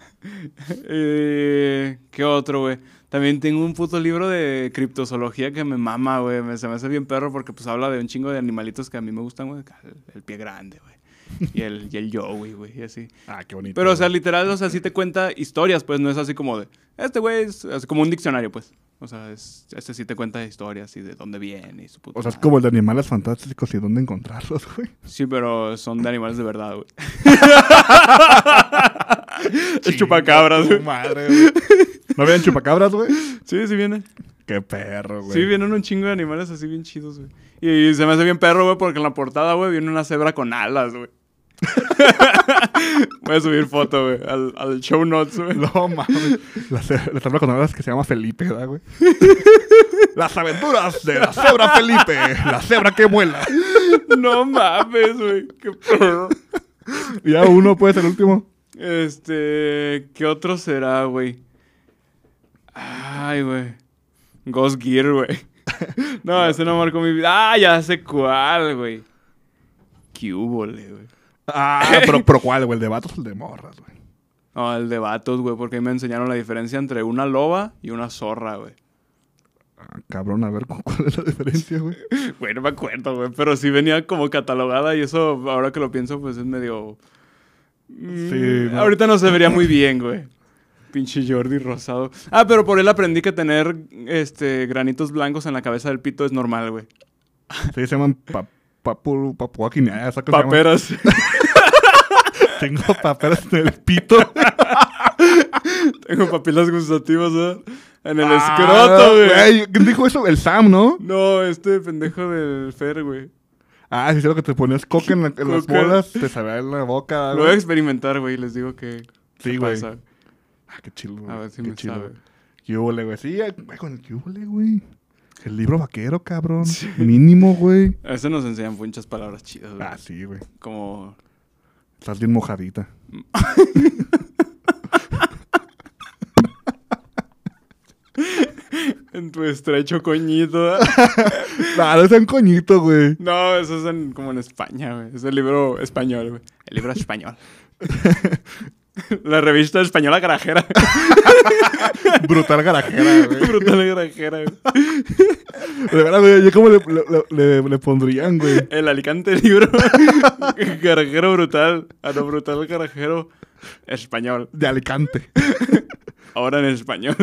B: Eh, ¿Qué otro, güey? También tengo un puto libro de criptozoología que me mama, güey. Me- Se me hace bien perro porque pues habla de un chingo de animalitos que a mí me gustan, güey. El, el pie grande, güey. Y el, y el Joey, güey, y así.
A: Ah, qué bonito.
B: Pero, o sea, literal, o sea, sí te cuenta historias, pues no es así como de, este güey es, es como un diccionario, pues. O sea, es, este sí te cuenta historias y de dónde viene y su puta
A: O sea, es
B: madre.
A: como el de animales fantásticos y dónde encontrarlos, güey.
B: Sí, pero son de animales de verdad, güey. Es
A: Chinga
B: chupacabras,
A: tu
B: güey.
A: madre, güey. ¿No habían chupacabras, güey?
B: Sí, sí viene.
A: Qué perro, güey.
B: Sí, vienen un chingo de animales así bien chidos, güey. Y, se me hace bien perro, güey, porque en la portada, güey, viene una cebra con alas, güey. Voy a subir foto, güey, al, al show notes, güey.
A: No mames. La, ce- la tabla con alas que se llama Felipe, ¿verdad, güey? Las aventuras de la cebra Felipe, la cebra que muela.
B: No mames, güey. Qué perro.
A: Ya uno puede ser el último.
B: Este, ¿qué otro será, güey? Ay, güey. Ghost Gear, güey. No, ese no marcó mi vida. Ah, ya sé cuál, güey. ¿Qué hubo, le, güey?
A: Ah, pero, pero ¿cuál, güey? El de vatos o el de morras, güey.
B: No, el de vatos, güey, porque ahí me enseñaron la diferencia entre una loba y una zorra, güey.
A: Ah, cabrón, a ver ¿cu- cuál es la diferencia, güey.
B: Güey, no me acuerdo, güey, pero sí venía como catalogada y eso, ahora que lo pienso, pues es medio... Mm,
A: Sí, no.
B: Ahorita no se vería muy bien, güey. Pinche Jordi rosado. Ah, pero por él aprendí que tener este granitos blancos en la cabeza del pito es normal, güey.
A: Sí, se llaman pa, papu, papua guinea, esa cosa se llama.
B: Paperas.
A: Tengo paperas en el pito.
B: Tengo papilas gustativas, ¿verdad? En el
A: Ah,
B: escroto, güey.
A: ¿Quién dijo eso? El Sam, ¿no?
B: No, este pendejo del Fer, güey.
A: Ah, sí, es lo que te ponías coca en, la- en las
B: Coca.
A: bolas, te salía en la boca.
B: Lo voy a experimentar, güey, y les digo que...
A: Ah, Sí,
B: qué
A: güey.
B: pasa.
A: Ah, qué chido, güey.
B: A ver si
A: qué
B: me
A: chido,
B: sabe.
A: güey. ¿Qué huele, güey? Sí, eh, güey, con el qué huele, güey. El libro vaquero, cabrón. Mínimo, güey.
B: A veces nos enseñan muchas palabras chidas, güey.
A: Ah, sí, güey.
B: Como...
A: Estás bien mojadita.
B: En tu estrecho coñito. ¿verdad?
A: Ah, no sean coñito, güey.
B: No, eso es en- como en España, güey. Es el libro español, güey. El libro español. La revista española garajera.
A: Brutal garajera, güey.
B: Brutal garajera. güey.
A: De verdad, güey, yo cómo le, le- le- le pondrían, güey.
B: El Alicante libro. garajero brutal. A lo brutal garajero español.
A: De Alicante.
B: Ahora en español.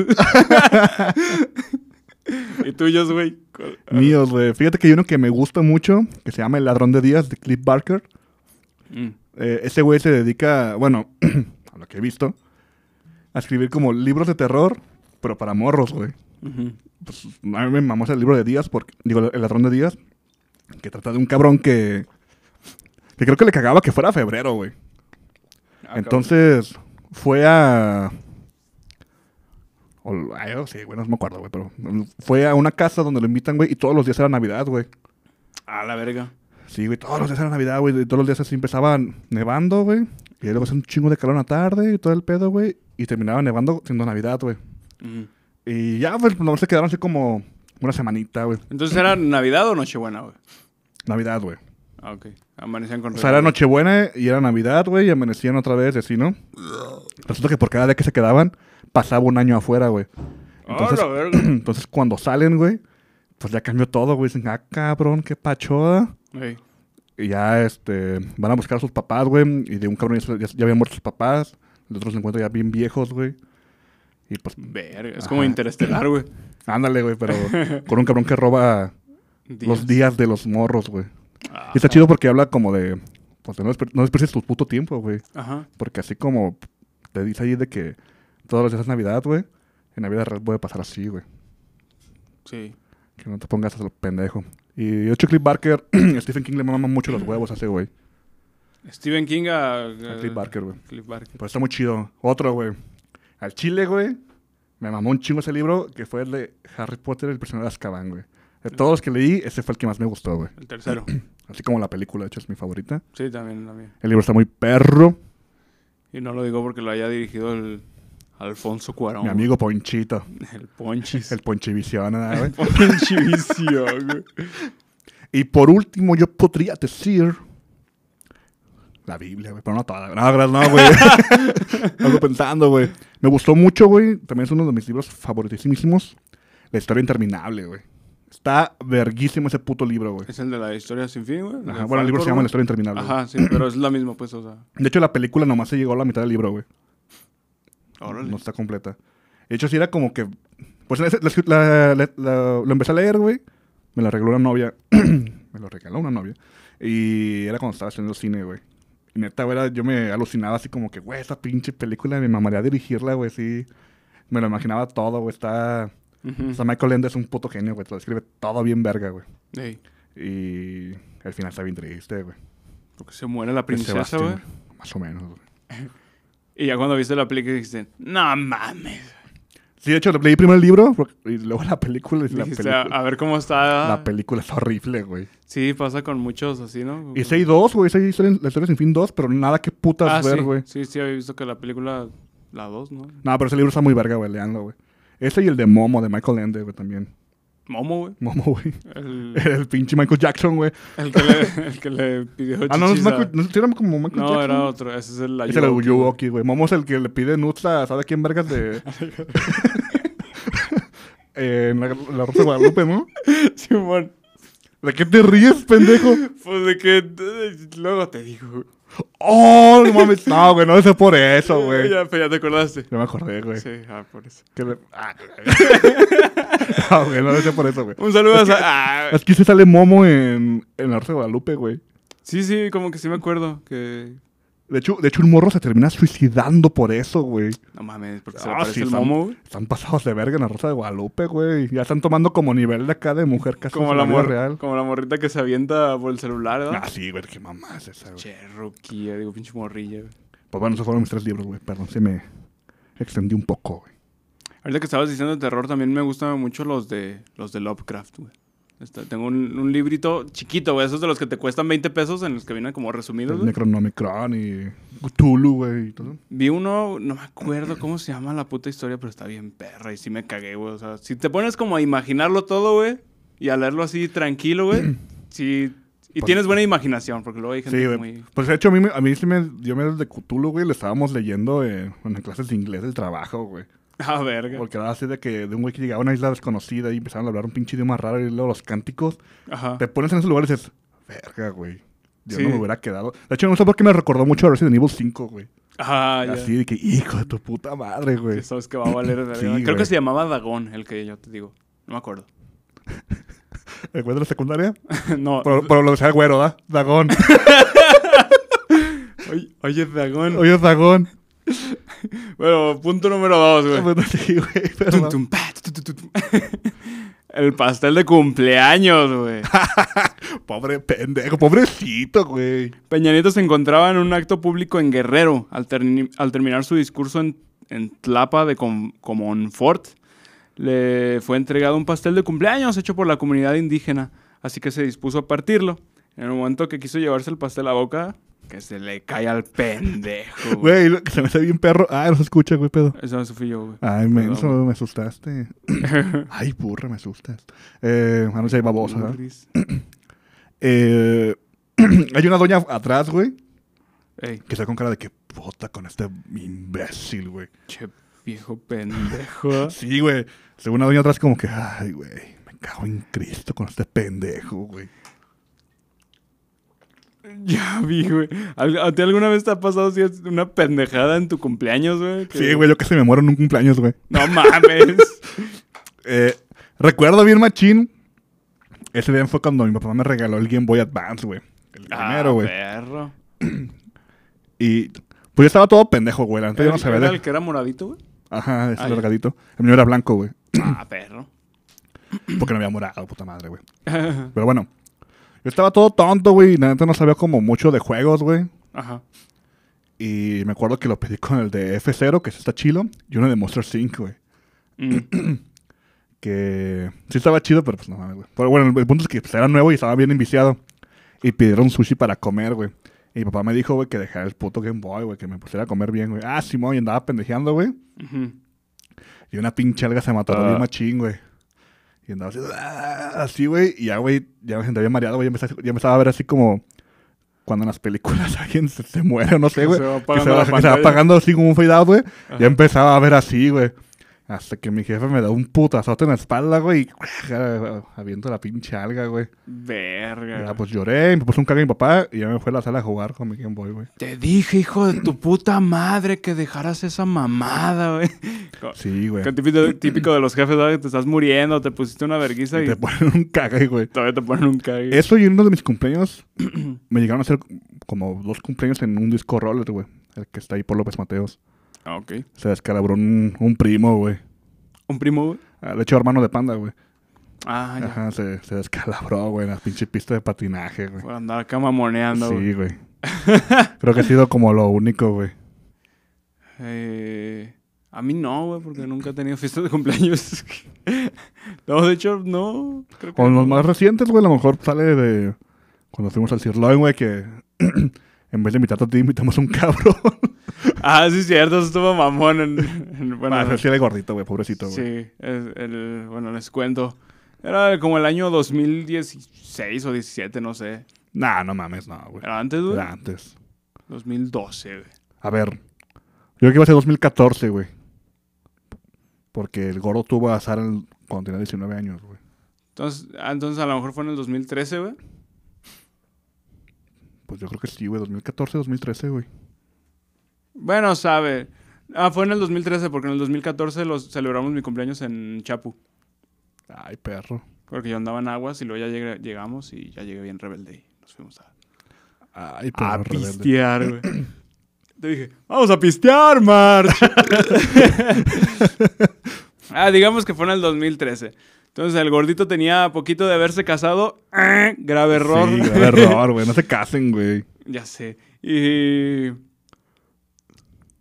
B: ¿Y tuyos, güey? ¿Cuál?
A: Míos, güey. Fíjate que hay uno que me gusta mucho, que se llama El Ladrón de Días, de Cliff Barker.
B: Mm.
A: Eh, ese güey se dedica, bueno, a lo que he visto, a escribir como libros de terror, pero para morros, güey.
B: Ujú.
A: Pues, a mí me mamó ese libro de Díaz, porque, digo, El Ladrón de Díaz, que trata de un cabrón que, que creo que le cagaba que fuera febrero, güey.
B: Ah,
A: Entonces, fue a. o- ay, oh, sí, güey, no me acuerdo, güey, pero. mm, Fue a una casa donde lo invitan, güey, y todos los días era Navidad, güey.
B: cabrón. A la verga.
A: Sí, güey, todos los días era Navidad, güey, y todos los días así empezaban nevando, güey. Y luego hacía un chingo de calor en la tarde y todo el pedo, güey. Y terminaba nevando siendo Navidad, güey.
B: Ujú.
A: Y ya, pues, nomás se quedaron así como una semanita, güey.
B: Entonces era Navidad o Nochebuena, güey.
A: Navidad, güey.
B: Ah, ok. Amanecían con
A: O sea, era Nochebuena y era Navidad, güey, y amanecían otra vez y así, ¿no? Resulta que por cada día que se quedaban, pasaba un año afuera, güey. Entonces,
B: Ah, la verga.
A: entonces cuando salen, güey, pues ya cambió todo, güey. Dicen, ah, cabrón, qué pachoda.
B: Ey.
A: Y ya, este, van a buscar a sus papás, güey. Y de un cabrón ya, ya- ya habían muerto sus papás. Los otros se encuentran ya bien viejos, güey. Y pues,
B: Verga. Es como
A: Ajá.
B: interestelar, güey.
A: ándale, güey, pero con un cabrón que roba los días de los morros, güey.
B: Ah.
A: Y está chido porque habla como de, pues, de no, desper- no desperdicies tu puto tiempo, güey.
B: Ajá.
A: Porque así como te dice ahí de que todos los días es Navidad, güey. En la vida real puede pasar así, güey.
B: Sí.
A: Que no te pongas a lo pendejo. Y ocho Cliff Barker, Stephen King le mama mucho los huevos a ese güey.
B: Stephen King a...
A: A Cliff Barker, güey.
B: Cliff Barker.
A: Pero Pues está muy chido. Otro, güey. Al chile, güey. Me mamó un chingo ese libro que fue el de Harry Potter, el prisionero de Azkaban, güey. De todos los que leí, ese fue el que más me gustó, güey.
B: El tercero.
A: Así como la película, de hecho, es mi favorita.
B: Sí, también, también.
A: El libro está muy perro.
B: Y no lo digo porque lo haya dirigido el Alfonso Cuarón.
A: Mi amigo Ponchito.
B: güey. El Ponchis.
A: El Ponchivisión, ¿verdad, güey.
B: Ponchivisión, güey.
A: Y por último, yo podría decir. La Biblia, güey, pero no toda. No, gracias, no, güey. Ando pensando, güey. Me gustó mucho, güey. También es uno de mis libros favoritísimos. La historia interminable, güey. Está verguísimo ese puto libro, güey.
B: Es el de la historia sin fin, güey.
A: Ajá, bueno, el libro se llama La historia interminable. güey.
B: Ajá, sí, pero es la misma, pues, o sea.
A: De hecho, la película nomás se llegó a la mitad del libro, güey.
B: Órale.
A: No está completa. De hecho, sí era como que. Pues en ese- la- la- la- la- lo empecé a leer, güey. Me la regaló una novia. me lo regaló una novia. Y era cuando estaba haciendo cine, güey. Y neta, güey, era- yo me alucinaba así como que, güey, esa pinche película, me mamaría dirigirla, güey, sí. Me lo imaginaba todo, güey. Está.
B: Ujú.
A: O sea, Michael Ende es un puto genio, güey. Te lo escribe todo bien verga, güey.
B: Ey,
A: Y. El final está bien triste, güey.
B: porque se muere la
A: De
B: princesa,
A: Sebastián,
B: güey.
A: güey. Más o menos, güey.
B: Y ya cuando viste la película dijiste, no mames.
A: Sí, de hecho, leí primero el libro y luego la película. Y la
B: dijiste, ah,
A: película.
B: a, a ver cómo está.
A: La película es horrible, güey.
B: sí, pasa con muchos así, ¿no?
A: Y sí hay dos, güey. Sí hay historia, la historia sin fin dos, pero nada que putas
B: Ah,
A: ver,
B: sí.
A: güey.
B: Sí, sí, había visto que la película, la 2, ¿no?
A: No, pero ese libro está muy verga, güey. Leanlo, güey. Ese y el de Momo, de Michael Ende, güey, también.
B: Momo, güey.
A: Momo, güey.
B: El,
A: El pinche Michael Jackson, güey.
B: el que le, el que le pidió
A: Ah, no, no es
B: chichis a-
A: Michael. No, sí era como Michael
B: No,
A: Jackson.
B: era otro. Ese es el
A: Es el
B: Ayuwoki.
A: Uyuoki, güey. Momo es el que le pide nuts a, ¿sabe quién vergas de...? Eh, en la, la Rosa de Guadalupe, ¿no?
B: Simón.
A: ¿De qué te ríes, pendejo?
B: Pues de que eh, luego te digo.
A: ¡Oh, no mames! No, güey, no es por eso, güey.
B: Ya, pues, ya te acordaste.
A: Ya me acordé, güey.
B: Sí, ah, por eso.
A: Que le- Ah, no, güey, no lo sé por eso, güey.
B: Un saludo a... ah,
A: Es que se sale Momo en, en la Rosa de Guadalupe, güey.
B: sí, sí, como que sí me acuerdo que...
A: De hecho, de hecho, un morro se termina suicidando por eso, güey.
B: No mames, porque se
A: Ah,
B: le aparece
A: sí,
B: el
A: está-
B: momo, güey.
A: Están pasados de verga en la Rosa de Guadalupe, güey. Ya están tomando como nivel de acá de mujer casi
B: Como
A: en
B: la,
A: vida
B: mor-
A: real.
B: como la morrita que se avienta por el celular, ¿verdad?
A: Ah, sí, güey, qué mamá es esa, güey.
B: Cherroquía, digo, pinche morrilla, güey.
A: Pues bueno, esos fueron mis tres libros, güey. Perdón, se me extendí un poco, güey.
B: Ahorita que estabas diciendo de terror, también me gustan mucho los de los de Lovecraft, güey. Está- tengo un, un librito chiquito, güey, esos de los que te cuestan 20 pesos, en los que vienen como resumidos,
A: El
B: güey.
A: Necronomicron y Cthulhu, güey, y todo.
B: Vi uno, no me acuerdo cómo se llama la puta historia, pero está bien perra y sí me cagué, güey. O sea, si te pones como a imaginarlo todo, güey, y a leerlo así tranquilo, güey, sí, Y tienes buena imaginación, porque luego hay gente
A: Sí, güey.
B: muy...
A: Pues de hecho, a mí, me- a mí sí me, yo me desde Cthulhu, güey, le estábamos leyendo eh, en clases de inglés del trabajo, güey.
B: Ah, verga.
A: Porque era así de que de un güey que llegaba a una isla desconocida y empezaban a hablar un pinche idioma raro y luego los cánticos.
B: Ajá.
A: Te pones en ese lugar y dices, verga, güey. Yo
B: Ah. Sí.
A: no me hubiera quedado. De hecho, no sé por qué me recordó mucho a Resident Evil 5, güey.
B: Ajá, Ah, ya.
A: Así de que, hijo de tu puta madre, güey.
B: Que sabes que va a valer verga.
A: Sí,
B: Creo que
A: güey.
B: se llamaba Dagón, el que yo te digo. No me acuerdo.
A: ¿El güey de la secundaria?
B: no.
A: Por, por lo que sea güero, ¿da? Dagón.
B: Oye, oye, Dagón.
A: Oye, es Dagón.
B: Bueno, punto número dos, güey.
A: Bueno, sí, güey,
B: Tum,
A: perdón.
B: tum, pa, tu, tu, tu, tum. El pastel de cumpleaños, güey.
A: Pobre pendejo, pobrecito, güey.
B: Peñanito se encontraba en un acto público en Guerrero al, terni- al terminar su discurso en, en Tlapa de Com- Comonfort. Le fue entregado un pastel de cumpleaños hecho por la comunidad indígena, así que se dispuso a partirlo. En el momento que quiso llevarse el pastel a la boca, que se le cae al pendejo.
A: Güey,
B: güey.
A: lo que se me hace bien perro. Ah, no se escucha, güey, pedo.
B: Eso no fui yo, güey.
A: Ay,
B: Perdón,
A: menso, me asustaste. Ay, burra, me asustas. Eh, anoche hay babosa. ¿verdad?
B: Burris.
A: Eh, hay una doña atrás, güey,
B: Ey,
A: que está con cara de que puta con este imbécil, güey.
B: che, viejo pendejo.
A: Sí, güey. Según una doña atrás, como que, ay, güey, me cago en Cristo con este pendejo, güey.
B: Ya vi, güey. ¿Al- ¿A ti alguna vez te ha pasado si es una pendejada en tu cumpleaños, güey? Que-
A: Sí, güey, yo que se me muero en un cumpleaños, güey.
B: No mames.
A: Eh, recuerdo bien, machín. Ese día fue cuando mi papá me regaló el Game Boy Advance, güey. El primero, güey.
B: Perro.
A: Y pues yo estaba todo pendejo, güey. La neta yo no
B: ¿Era-
A: sabía.
B: ¿Era
A: de-
B: el que era moradito, güey?
A: Ajá, ese
B: Ah, ya.
A: delgadito. El mío era blanco, güey.
B: Ah, perro.
A: Porque no había morado, puta madre, güey. Pero bueno. Yo estaba todo tonto, güey. y La neta no sabía como mucho de juegos, güey.
B: Ajá.
A: Y me acuerdo que lo pedí con el de F0, que es está chilo. Y uno de Monster 5, güey.
B: Mm.
A: Que sí estaba chido, pero pues no mames, güey. Pero bueno, el, el punto es que pues, era nuevo y estaba bien enviciado. Y pidieron sushi para comer, güey. Y mi papá me dijo, güey, que dejara el puto Game Boy, güey, que me pusiera a comer bien, güey. Ah, Simón, y andaba pendejeando, güey.
B: Ujú.
A: Y una pinche alga se mató a
B: Ah.
A: bien machín, güey. Y andaba así, "Ah", así, güey. Y ya, güey, ya me sentía bien mareado, güey. Ya empezaba, ya empezaba a ver así como cuando en las películas alguien se, se muere, no sé,
B: Que
A: güey.
B: se va
A: Que se
B: apagando
A: va,
B: la
A: que se va
B: pantalla.
A: apagando así como un fade out, güey.
B: Ajá.
A: Ya empezaba a ver así, güey. Hasta que mi jefe me da un putazote en la espalda, güey. Y aviento la pinche alga, güey.
B: Verga.
A: Ya, pues lloré, me puse un cague en mi papá y ya me fue a la sala a jugar con mi Game Boy, güey.
B: Te dije, hijo de tu puta madre, que dejaras esa mamada, güey. Co-
A: Sí, güey.
B: que Típico, típico de los jefes, ¿sabes? Te estás muriendo, te pusiste una verguiza
A: Y
B: y
A: te ponen un cague, güey.
B: todavía te ponen un cague.
A: Eso y uno de mis cumpleaños me llegaron a hacer como dos cumpleaños en un disco roller, güey. El que está ahí por López Mateos.
B: Ah, ok.
A: Se descalabró un, un primo, güey.
B: ¿Un primo, güey?
A: Ah, De hecho, hermano de panda, güey.
B: Ah, ya.
A: Ajá, se, se descalabró, güey, en las pinches pistas de patinaje, güey.
B: Por andar acá mamoneando, güey.
A: Sí, güey. Creo que ha sido como lo único, güey.
B: Eh, a mí no, güey, porque nunca he tenido fiestas de cumpleaños. no, de hecho, no. Creo que
A: Con los
B: no.
A: más recientes, güey, a lo mejor sale de cuando fuimos al Sirloin, güey, que en vez de invitarte a ti, invitamos a un cabrón.
B: Ah, sí, es cierto, eso estuvo mamón. En, en- bueno,
A: Para hacerse de gordito, güey, pobrecito, güey.
B: sí, es el- bueno, les cuento. Era como el año 2016 o 17, no sé.
A: Nah, no mames, no, güey.
B: Era antes, güey.
A: Era antes.
B: 2012, güey.
A: A ver, yo creo que iba a ser 2014, güey. Porque el gordo tuvo azar en- cuando tenía 19 años, güey.
B: Entonces, ah, entonces, a lo mejor fue en el 2013, güey.
A: Pues yo creo que sí, güey, 2014, 2013, güey.
B: Bueno, sabe. Ah, fue en el 2013, porque en el 2014 los, celebramos mi cumpleaños en Chapu.
A: Ay, perro.
B: Porque yo andaba en aguas y luego ya llegué- llegamos y ya llegué bien rebelde y nos fuimos a,
A: Ay, perro.
B: a
A: rebelde.
B: pistear, güey. Te dije, vamos a pistear, March. ah, digamos que fue en el 2013. Entonces el gordito tenía poquito de haberse casado. Ah, Grave error.
A: Sí, grave error, güey. No se casen, güey.
B: ya sé. Y.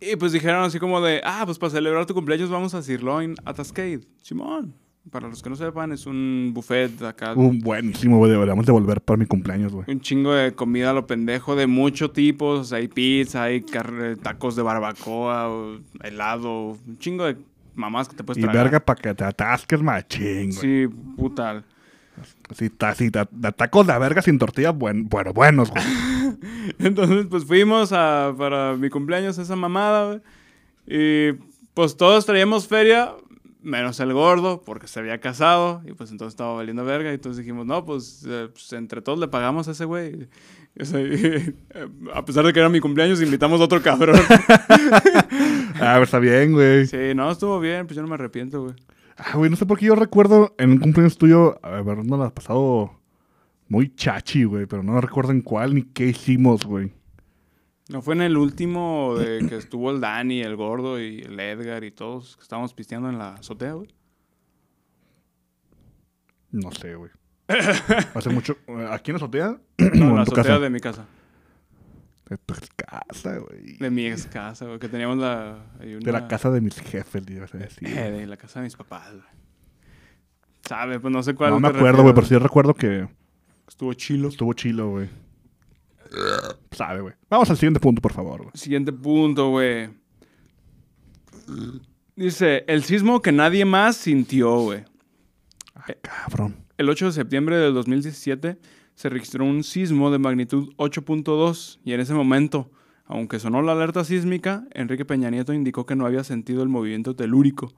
B: Y pues dijeron así como de, ah, pues para celebrar tu cumpleaños vamos a Sirloin a Tascade. Simón. Para los que no sepan, es un buffet acá.
A: Un buenísimo, güey. Deberíamos de volver para mi cumpleaños, güey.
B: Un chingo de comida a lo pendejo de muchos tipos. O sea, hay pizza, hay car- tacos de barbacoa, o helado, un chingo de mamás que te puedes
A: Y
B: tragar.
A: verga para que te atasques machín, güey.
B: Sí, puta.
A: Así, ta- sí, ta- ta- tacos de verga sin tortilla, buen, bueno, buenos, güey.
B: Entonces, pues fuimos a, para mi cumpleaños a esa mamada, güey. Y pues todos traíamos feria, menos el gordo, porque se había casado. Y pues entonces estaba valiendo verga. Y entonces dijimos, no, pues, eh, pues, entre todos le pagamos a ese güey. Y, o sea, y, eh, a pesar de que era mi cumpleaños, invitamos a otro cabrón.
A: Ah, está bien, güey.
B: sí, no, estuvo bien, pues yo no me arrepiento, güey.
A: Ah, güey, no sé por qué yo recuerdo en un cumpleaños tuyo habernos las pasado muy chachi, güey, pero no recuerdo en cuál ni qué hicimos, güey.
B: No fue en el último de que estuvo el Dani, el gordo y el Edgar y todos que estábamos pisteando en la azotea, güey.
A: No sé, güey. Hace mucho. ¿Aquí en la azotea?
B: No, en
A: ¿O
B: la
A: tu
B: azotea
A: casa?
B: de mi casa.
A: De tu casa, güey.
B: De mi ex casa, güey, que teníamos la... hay
A: De la
B: una-
A: casa de mis jefes, le ibas a decir.
B: Eh, de la casa de mis papás, güey. ¿Sabe? Pues no sé cuál.
A: No me
B: te
A: acuerdo, güey, pero
B: refieres.
A: sí recuerdo que
B: Estuvo chilo.
A: estuvo chilo, güey. Sabe, güey. Vamos al siguiente punto, por favor, güey.
B: Siguiente punto, güey. Dice, el sismo que nadie más sintió, güey.
A: Ah,
B: Eh,
A: Cabrón.
B: El 8 de septiembre del 2017 se registró un sismo de magnitud 8.2 y en ese momento, aunque sonó la alerta sísmica, Enrique Peña Nieto indicó que no había sentido el movimiento telúrico.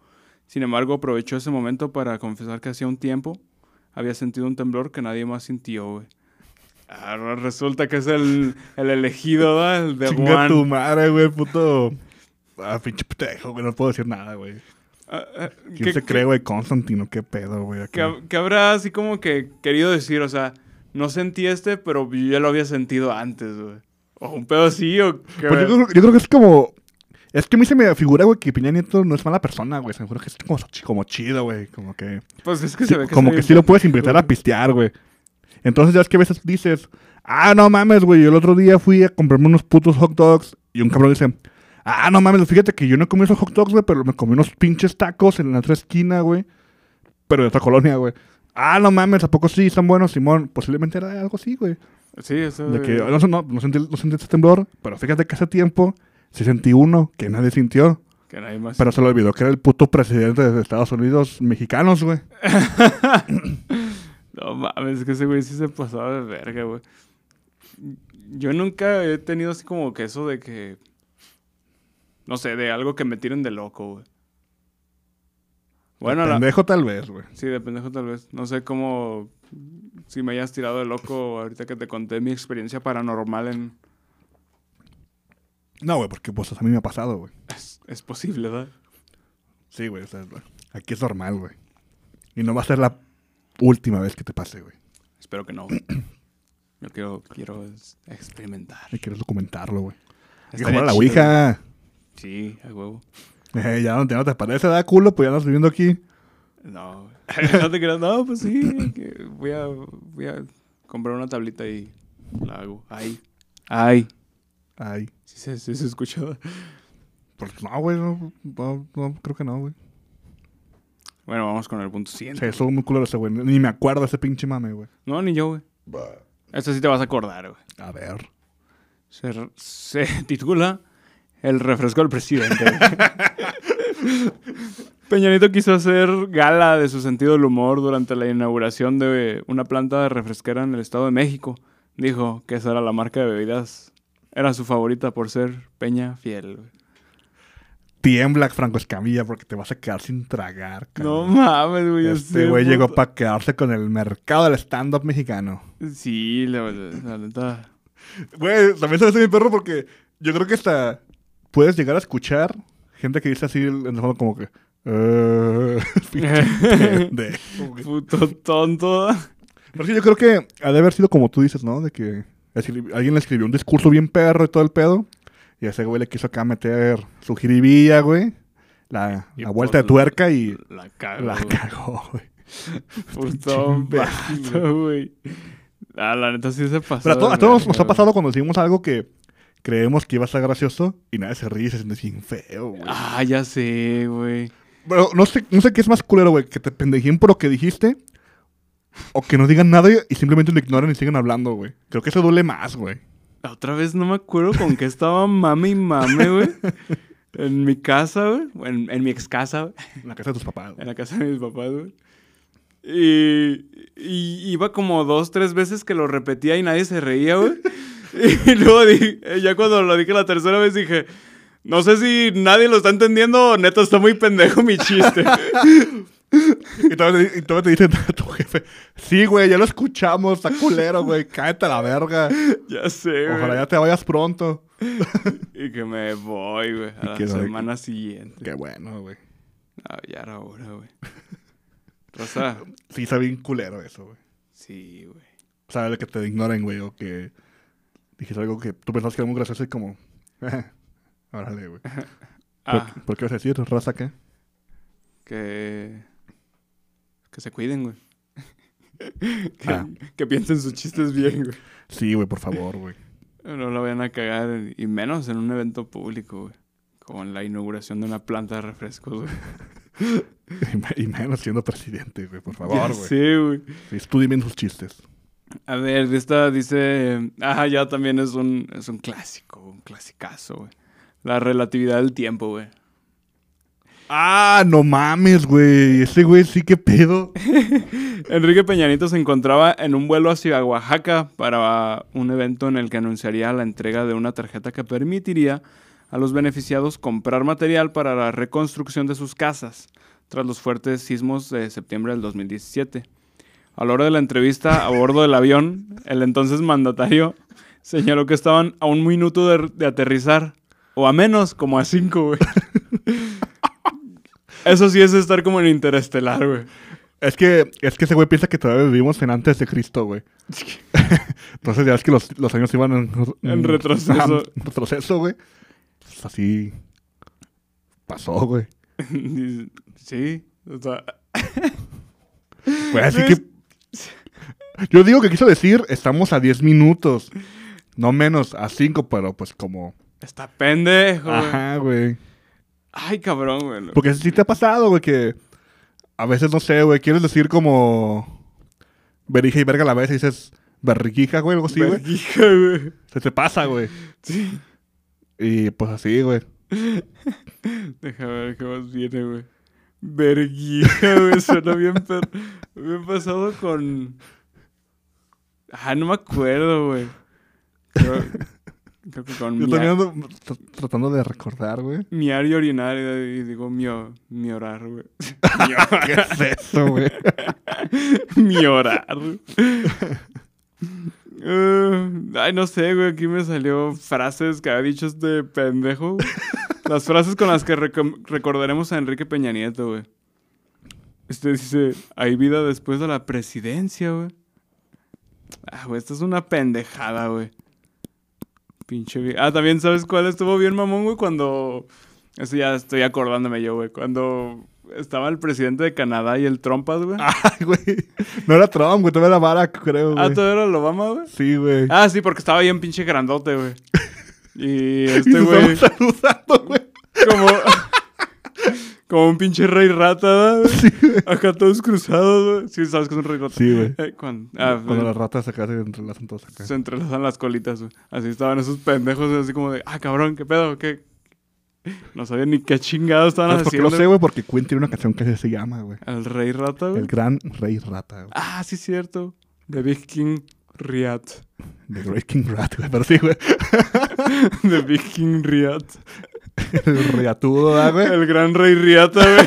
B: Sin embargo, aprovechó ese momento para confesar que hacía un tiempo había sentido un temblor que nadie más sintió, güey. Ahora resulta que es el, el elegido, ¿verdad? El de
A: Chinga
B: Juan.
A: tu madre, güey, puto. Ah, pinche petejo, güey. No puedo decir nada, güey.
B: Ah, ah,
A: ¿Quién se
B: ¿qué-
A: cree, güey? Constantino, qué pedo, güey.
B: que,
A: acá?
B: que habrá así como que querido decir, o sea, no sentí este, pero yo ya lo había sentido antes, güey. O un pedo así, o que...
A: Pues yo, creo- yo creo que es como. Es que a mí se me figura, güey, que Piña Nieto no es mala persona, güey. Se me figura que es como, como chido, güey. Como que.
B: Pues es que
A: Sí,
B: se ve que
A: como
B: está
A: que
B: bien
A: sí lo puedes
B: pendejo,
A: invitar a pistear, güey. Entonces ya es que a veces dices, ah, no mames, güey, yo el otro día fui a comprarme unos putos hot dogs y un cabrón dice, ah, no mames, fíjate que yo no comí esos hot dogs, güey, pero me comí unos pinches tacos en la otra esquina, güey, pero de otra colonia, güey. Ah, no mames, ¿a poco sí? ¿Están buenos, Simón? Posiblemente era algo así, güey.
B: güey. Sí, eso...
A: De que no, sé, no, no sentí, no sentí ese temblor, pero fíjate que hace tiempo sí sentí uno que nadie sintió,
B: Que nadie más...
A: pero se lo olvidó que era el puto presidente de Estados Unidos mexicanos, güey.
B: No mames, es que ese güey sí se pasaba de verga, güey. Yo nunca he tenido así como que eso de que... No sé, de algo que me tiren de loco, güey. Bueno,
A: De
B: la...
A: Pendejo tal vez, güey.
B: Sí, de pendejo tal vez. No sé cómo... Si me hayas tirado de loco ahorita que te conté mi experiencia paranormal en...
A: No, güey, porque pues a mí me ha pasado, güey.
B: Es, es posible, ¿verdad?
A: Sí, güey, o sea, aquí es normal, güey. Y no va a ser la última vez que te pase, güey.
B: Espero que no. güey. Yo quiero, quiero es- experimentar.
A: Y quieres documentarlo, güey. Hay que
B: Estaría
A: jugar a la
B: chido,
A: Ouija.
B: güey. Sí, a huevo.
A: Eh, ya, no, ya no te parece, da culo, pues ya andas viviendo aquí.
B: No, güey. no te creas. No, pues sí. que Voy a, voy a comprar una tablita y la hago. Ay. Ay.
A: Ay.
B: Sí se, sí se escuchó.
A: Pues no, güey, no, no, no, creo que no, güey.
B: Bueno, vamos con el punto
A: O
B: 100.
A: sea, estuvo muy culo ese, güey. Ni me acuerdo de ese pinche mame, güey.
B: No, ni yo, güey. Esto sí te vas a acordar, güey.
A: A ver.
B: Se, r- se titula El refresco del presidente. Peñanito quiso hacer gala de su sentido del humor durante la inauguración de una planta de refresquera en el Estado de México. Dijo que esa era la marca de bebidas. Era su favorita por ser Peña Fiel. güey.
A: Tiembla, Franco Escamilla, porque te vas a quedar sin tragar,
B: No
A: cabrón.
B: mames, güey.
A: Este
B: ese
A: güey llegó
B: puto-
A: para quedarse con el mercado del stand-up mexicano.
B: Sí, la la neta.
A: Güey, también se me hace mi perro porque yo creo que hasta puedes llegar a escuchar gente que dice así en el fondo como que... "Eh", pinche pendejo, güey.
B: Puto tonto.
A: Pero sí, yo creo que ha de haber sido como tú dices, ¿no? De que escri- alguien le escribió un discurso bien perro y todo el pedo. Y a ese güey le quiso acá meter su jiribilla, güey. La,
B: Y
A: la vuelta de
B: pues,
A: tuerca y
B: La cago.
A: la
B: güey.
A: cagó, güey.
B: Puto
A: Pinche
B: vato, güey. Ah, la neta sí se pasó.
A: Pero a, to-
B: de
A: a todos nos
B: verga,
A: ha pasado cuando decimos algo que creemos que iba a ser gracioso y nadie se ríe, se siente bien feo,
B: güey.
A: güey.
B: Ah, ya sé, güey.
A: Pero no sé, no sé qué es más culero, güey. Que te pendejen por lo que dijiste. O que no digan nada y simplemente lo ignoren y sigan hablando, güey. Creo que eso duele más, güey.
B: La otra vez no me acuerdo con qué estaba mame y mame, güey. En mi casa, güey. En, en mi ex casa, güey.
A: En la casa de tus papás.
B: En la casa de mis papás, güey. Y, y iba como dos, tres veces que lo repetía y nadie se reía, güey. Y luego di- eh, ya cuando lo dije la tercera vez dije, no sé si nadie lo está entendiendo, o neta está muy pendejo mi chiste.
A: Y todavía, te- y todavía te dicen a tu jefe, sí, güey, ya lo escuchamos, está culero, güey, cállate a la verga.
B: ya sé, güey.
A: Ojalá ya te vayas pronto.
B: Y que me voy, güey, a
A: Y
B: la
A: que no-
B: semana siguiente.
A: Qué bueno, güey.
B: Ah, ya era hora, güey. Rosa,
A: Sí, está bien culero eso, güey.
B: sí, güey.
A: O sea, el que te ignoren, güey, o que dijiste algo que tú pensabas que era muy gracioso y como, órale, güey. ¿Por-
B: Ah,
A: ¿Por, qué vas a decir raza qué?
B: que... Que se cuiden, güey. que,
A: Ah.
B: que piensen sus chistes bien, güey.
A: Sí, güey, por favor, güey.
B: No lo vayan a cagar, en- y menos en un evento público, güey. Como en la inauguración de una planta de refrescos, güey.
A: Y me- Y menos siendo presidente, güey, por
B: Ya
A: favor, güey.
B: sé, güey.
A: Sí, estudien bien sus chistes.
B: A ver, de esta dice... Ah, ya también es un, es un clásico, un clasicazo, güey. La relatividad del tiempo, güey.
A: Ah, no mames, güey. Ese güey sí que pedo.
B: Enrique Peñanito se encontraba en un vuelo hacia Oaxaca para un evento en el que anunciaría la entrega de una tarjeta que permitiría a los beneficiados comprar material para la reconstrucción de sus casas tras los fuertes sismos de septiembre del 2017. A la hora de la entrevista a bordo del avión, el entonces mandatario señaló que estaban a un minuto de, de aterrizar, o a menos, como a cinco, güey. Eso sí es estar como en interestelar, güey.
A: Es que, es que ese güey piensa que todavía vivimos en antes de Cristo, güey. Entonces ya es que los, los años iban en,
B: En retroceso.
A: Ajá, en retroceso, güey. Pues así pasó, güey.
B: Dices, Sí, o sea,
A: Güey, así
B: No
A: que... Yo digo que quiso decir, estamos a 10 minutos. No menos, a 5, pero pues como...
B: está pendejo, güey.
A: Ajá, Pues güey.
B: Ay, cabrón, güey. no.
A: Porque sí te ha pasado, güey, que... A veces, no sé, güey, quieres decir como... Berija y verga a la vez y dices... Berriquija, güey, algo así, güey.
B: Verguija, güey.
A: Se te pasa, güey.
B: Sí.
A: Y pues así, güey.
B: Deja ver qué más viene, güey. Verguija, güey. Suena bien per... Me he pasado con... Ah, no me acuerdo, güey. Creo, creo que con
A: Yo
B: mi,
A: también ando tr- tratando de recordar, güey.
B: miar y orinar y digo mi, o- mi orar, güey.
A: ¿Qué es eso, güey?
B: mi orar. Eh, ay, no sé, güey. Aquí me salió frases que ha dicho este pendejo. güey. Las frases con las que recom- recordaremos a Enrique Peña Nieto, güey. Este dice, hay vida después de la presidencia, güey. Ah, güey, esta es una pendejada, güey. Pinche vie- Ah, también sabes cuál estuvo bien mamón, güey, cuando... Eso ya estoy acordándome yo, güey. Cuando estaba el presidente de Canadá y el Trompas, güey.
A: Ay, güey. No era Trump, güey. Todavía era Barack, creo,
B: Ah,
A: güey.
B: todo era el Obama, güey.
A: Sí, güey.
B: Ah, sí, porque estaba bien pinche grandote, güey. Y
A: Y
B: este
A: se
B: güey,
A: estaban saludando, güey.
B: como, como un pinche rey rata, ¿no, güey. Acá todos cruzados, güey. Sí, sabes que es un rey rata.
A: Sí, güey.
B: Eh, cuando, ah,
A: Cuando
B: eh,
A: las ratas se quedan entre las todas acá.
B: se entrelazan las colitas, güey. Así estaban esos pendejos, así como de, ah, cabrón, qué pedo, qué. No sabía ni qué chingados estaban
A: ¿Sabes por qué
B: haciendo.
A: lo sé, güey? Porque Quinn tiene una canción que así se llama, güey.
B: El rey rata, güey.
A: El gran rey rata, güey.
B: Ah, sí, cierto. The Big King Riat.
A: The Great King Rat, güey. Pero sí, güey.
B: The Big King Riat.
A: El riatudo, ¿verdad, güey.
B: El gran rey riata, güey.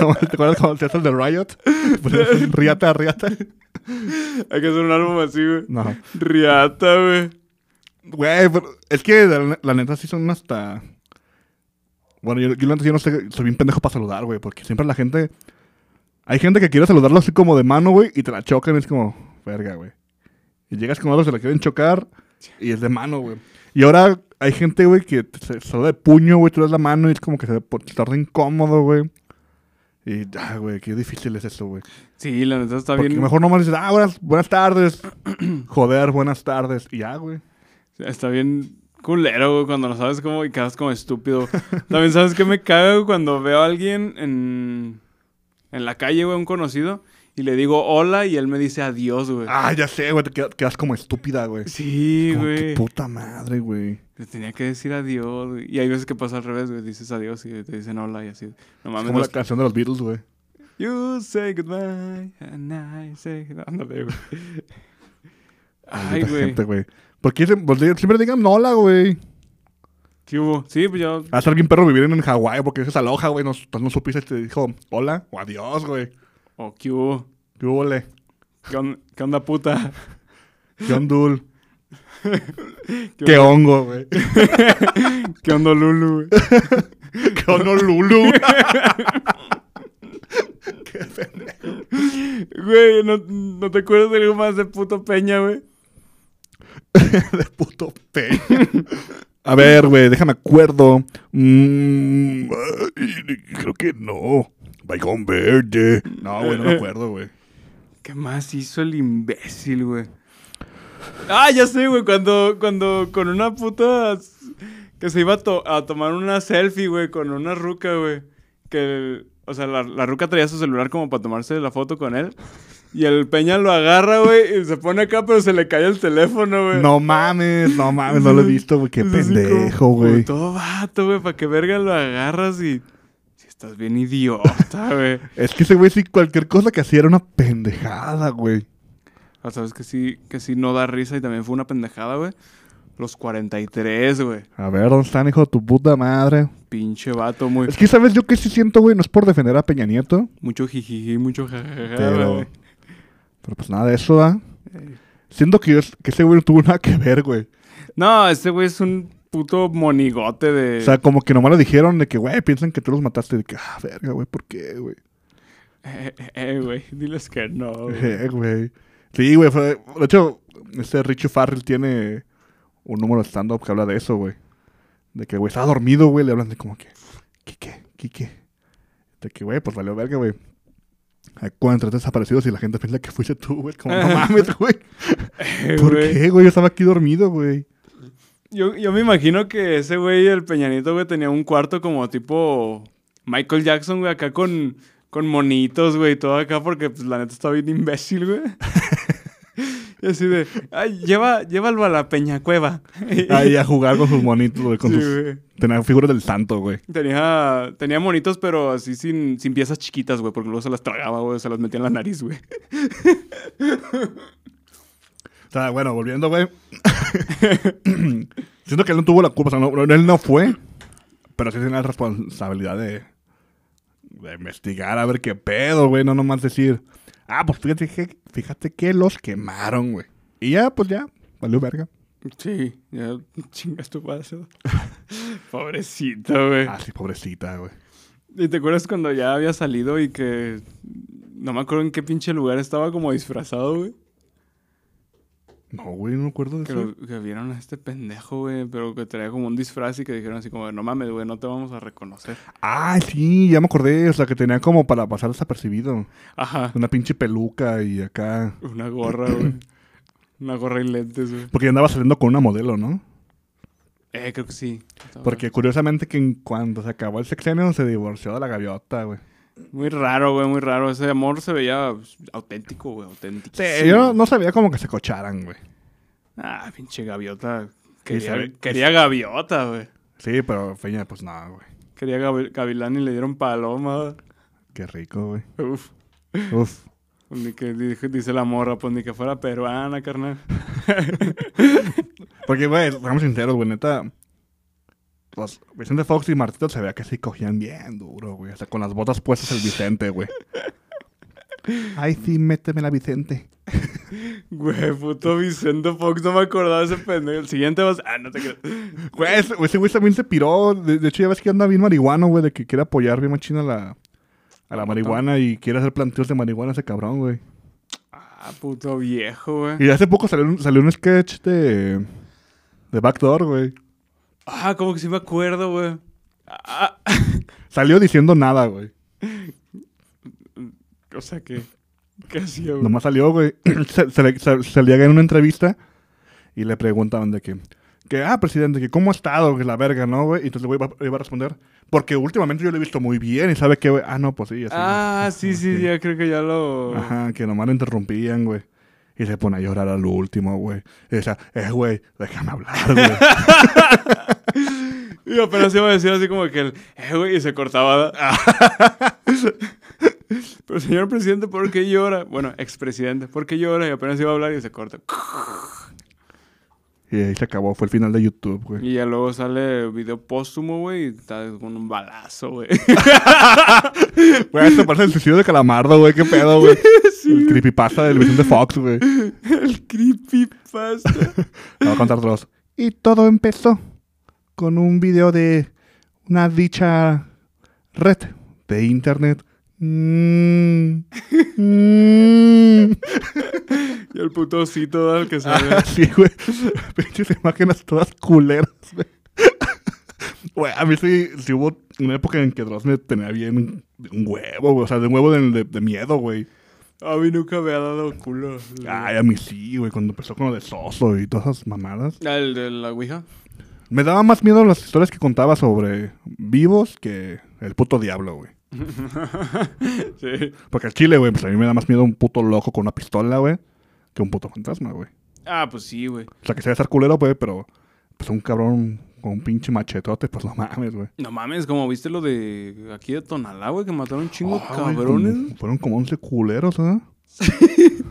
A: Como- ¿Te acuerdas cuando te haces el de Riot? Ponías el Riata, riata.
B: Hay que hacer un álbum así, güey.
A: No.
B: Riata, güey.
A: Güey, pero es que la, la neta sí son hasta. Bueno, yo, yo la neta yo no sé, soy bien pendejo para saludar, güey, porque siempre la gente. Hay gente que quiere saludarlo así como de mano, güey, y te la chocan, y es como, verga, güey. Y llegas con otros, se la quieren chocar, y es de mano, güey. Y ahora hay gente, güey, que te- se saluda de puño, güey, tú le das la mano, y es como que se po- se torna incómodo, güey. Y, ah, güey, qué difícil es eso, güey.
B: Sí, la neta está
A: Porque
B: bien.
A: mejor nomás dices, ah, buenas, buenas tardes. Joder, buenas tardes. Y ya, güey.
B: Está bien culero, güey, cuando no sabes cómo y quedas como estúpido. También sabes que me cago cuando veo a alguien en, en la calle, güey, un conocido, y le digo hola y él me dice adiós, güey.
A: Ah, ya sé, güey, te queda- quedas como estúpida, güey.
B: Sí,
A: Como,
B: güey.
A: qué puta madre, güey.
B: Le tenía que decir adiós, güey. Y hay veces que pasa al revés, güey. Dices adiós y te dicen hola y así. No
A: Es
B: mames,
A: como
B: no,
A: la canción de los Beatles, güey.
B: You say goodbye and I say goodbye. Ándale, güey. Ay,
A: Maldita
B: güey.
A: gente, güey. Porque pues, siempre digan Nola, güey.
B: ¿Qué hubo? Sí, pues yo.
A: Va a estar bien perro vivir en Hawái porque dices aloja, güey. No, no supiste, te dijo hola o adiós, güey.
B: Oh, ¿qué hubo?
A: ¿Qué ole?
B: ¿Qué, on- qué onda, puta?
A: ¿Qué ondul? ¿Qué hongo, güey?
B: ¿Qué onda, Lulu, güey?
A: ¿Qué honolulu?
B: Güey, ¿no, no te acuerdas de algo más de puto Peña, güey?
A: de puto peña. A ver, güey, déjame acuerdo. Mm, ay, creo que no. Baigón verde. No, güey, no me acuerdo, güey.
B: ¿Qué más hizo el imbécil, güey? Ah, ya sé, güey, cuando, cuando con una puta s- que se iba a, to- a tomar una selfie, güey, con una ruca, güey. Que, el- o sea, la, la ruca traía su celular como para tomarse la foto con él. Y el Peña lo agarra, güey, y se pone acá, pero se le cae el teléfono, güey.
A: No mames, no mames, no lo he visto, güey. Qué
B: Es así como,
A: pendejo, güey.
B: Todo vato, güey, para que verga lo agarras y... Si estás bien idiota, güey.
A: Es que ese güey sí, cualquier cosa que hacía era una pendejada, güey.
B: Ah, sabes que sí, que sí no da risa y también fue una pendejada, güey. Los 43, güey.
A: A ver, ¿dónde están, hijo de tu puta madre?
B: Pinche vato, muy,
A: Es que, ¿sabes yo qué sí siento, güey? No es por defender a Peña Nieto,
B: mucho jijiji, mucho jajaja,
A: pero...
B: güey.
A: Pero pues nada de eso, ¿ah? Siento que, yo, que ese güey no tuvo nada que ver, güey.
B: No, este güey es un puto monigote de...
A: O sea, como que nomás le dijeron de que, güey, piensan que tú los mataste. De que, ah, verga, güey, ¿por qué, güey?
B: Eh, eh, eh, güey, diles que no, güey.
A: Eh, güey. Sí, güey, fue... De hecho, este Richie Farrell tiene un número de stand-up que habla de eso, güey. De que, güey, estaba dormido, güey. Le hablan de como que, ¿qué, qué, qué, qué? De que, güey, pues valió verga, güey. Ay, Cuando estás desaparecido si la gente piensa que fuiste tú, güey. Como, no mames, güey.
B: Eh,
A: ¿Por
B: güey.
A: qué, güey? Yo estaba aquí dormido, güey.
B: Yo, yo me imagino que ese güey, el Peñanito, güey, tenía un cuarto como tipo Michael Jackson, güey, acá con, con monitos, güey, y todo acá, porque pues, la neta está bien imbécil, güey. y así de, ay, lleva, llévalo a la Peña Cueva.
A: Ahí a jugar con sus monitos, güey. Con
B: Sí,
A: sus...
B: güey.
A: Tenían figuras del santo, güey.
B: Tenía, tenía monitos, pero así sin, sin piezas chiquitas, güey, porque luego se las tragaba, güey, se las metía en la nariz, güey.
A: O sea, bueno, volviendo, güey. Siento que él no tuvo la culpa, o sea, no- no- él no fue, pero sí tiene la responsabilidad de, de investigar a ver qué pedo, güey, no nomás decir, ah, pues fíjate que, fíjate que los quemaron, güey. Y ya, pues ya, valió verga.
B: Sí, ya chingas tu paso. Pobrecito, güey.
A: Ah, sí, pobrecita, güey.
B: ¿Y te acuerdas cuando ya había salido y que no me acuerdo en qué pinche lugar estaba como disfrazado, güey?
A: No, güey, no me acuerdo de
B: Que,
A: eso.
B: lo- que vieron a este pendejo, güey, pero que traía como un disfraz y que dijeron así como, no mames, güey, no te vamos a reconocer.
A: Ah, sí, ya me acordé, o sea, que tenía como para pasar desapercibido.
B: Ajá,
A: Una pinche peluca y acá.
B: una gorra, güey. Una gorra y lentes, güey.
A: Porque andaba saliendo con una modelo, ¿no?
B: Eh, creo que sí.
A: Porque curiosamente que en cuando se acabó el sexenio se divorció de la gaviota, güey.
B: Muy raro, güey, muy raro. Ese amor se veía pues, auténtico, güey, auténtico.
A: yo no, no sabía como que se cocharan, güey.
B: Ah, pinche gaviota. Quería,
A: sabe-
B: quería gaviota, güey.
A: Sí, pero Feña, pues nada, güey.
B: Quería gavi- gavilán y le dieron paloma.
A: Qué rico, güey.
B: Uf.
A: Uf.
B: Pues Ni que dije- dice la morra, pues ni que fuera peruana, carnal.
A: Porque, güey, seamos sinceros, güey, neta. Los Vicente Fox y Martito se veía que sí cogían bien duro, güey. Hasta con las botas puestas el Vicente, güey. Ay, sí, méteme la Vicente.
B: Güey, puto Vicente Fox, no me acordaba de ese pendejo. El siguiente vas. Ah, no te creo.
A: Güey, ese ese güey también se piró. De, de hecho, ya ves que anda bien marihuano, güey, de que quiere apoyar bien machina a la, a la marihuana y quiere hacer planteos de marihuana ese cabrón, güey.
B: Ah, puto viejo, güey.
A: Y hace poco salió un, salió un sketch de. de Backdoor, güey.
B: Ah, como que sí me acuerdo, güey. Ah,
A: Salió diciendo nada, güey.
B: o sea que. ¿Qué hacía, güey?
A: Nomás salió, güey. se, se le- se- se le haga en una entrevista y le preguntaban de que. Que, ah, presidente, que cómo ha estado, que la verga, ¿no, güey? Y entonces el güey iba, iba a responder, porque últimamente yo lo he visto muy bien y sabe que, güey, ah, no, pues sí, así.
B: ah, sí, sí,
A: Ok.
B: ya creo que ya lo.
A: Ajá, que nomás lo interrumpían, güey. Y se pone a llorar al último, güey. Y decía, eh, güey, déjame hablar, güey.
B: Y apenas iba a decir así como que el, eh, güey, y se cortaba. Ah. Pero señor presidente, ¿por qué llora? Bueno, expresidente, ¿por qué llora? Y apenas iba a hablar y se corta.
A: Y ahí se acabó, fue el final de YouTube, güey.
B: Y ya luego sale video póstumo, güey, y está con un balazo, güey.
A: Güey, esto parece el suicidio de Calamardo, güey, qué pedo, güey. El creepypasta del Vicente Fox, güey.
B: El creepypasta.
A: Te voy a contar todos. Y todo empezó con un video de una dicha red de internet. Mm. Mm.
B: y el puto osito al que sale.
A: Ah, sí, güey. Pinches imágenes todas culeras, güey. Güey, a mí sí, sí hubo una época en que Dross me tenía bien de un huevo, güey. O sea, de un huevo de, de- de miedo, güey.
B: A mí nunca me ha dado culo.
A: Ay, a mí sí, güey. Cuando empezó con lo de Soso y todas esas mamadas.
B: Ah, ¿El de la Ouija?
A: Me daba más miedo las historias que contaba sobre vivos que el puto diablo, güey.
B: sí.
A: Porque al chile, güey, pues a mí me da más miedo un puto loco con una pistola, güey, que un puto fantasma, güey.
B: Ah, pues sí, güey.
A: O sea, que sea estar culero, güey, pero pues un cabrón con un pinche machetote, pues no mames, güey.
B: No mames, como viste lo de aquí de Tonalá, güey, que mataron un chingo de
A: Ah, güey,
B: cabrones.
A: como- fueron como 11 culeros, ¿ah?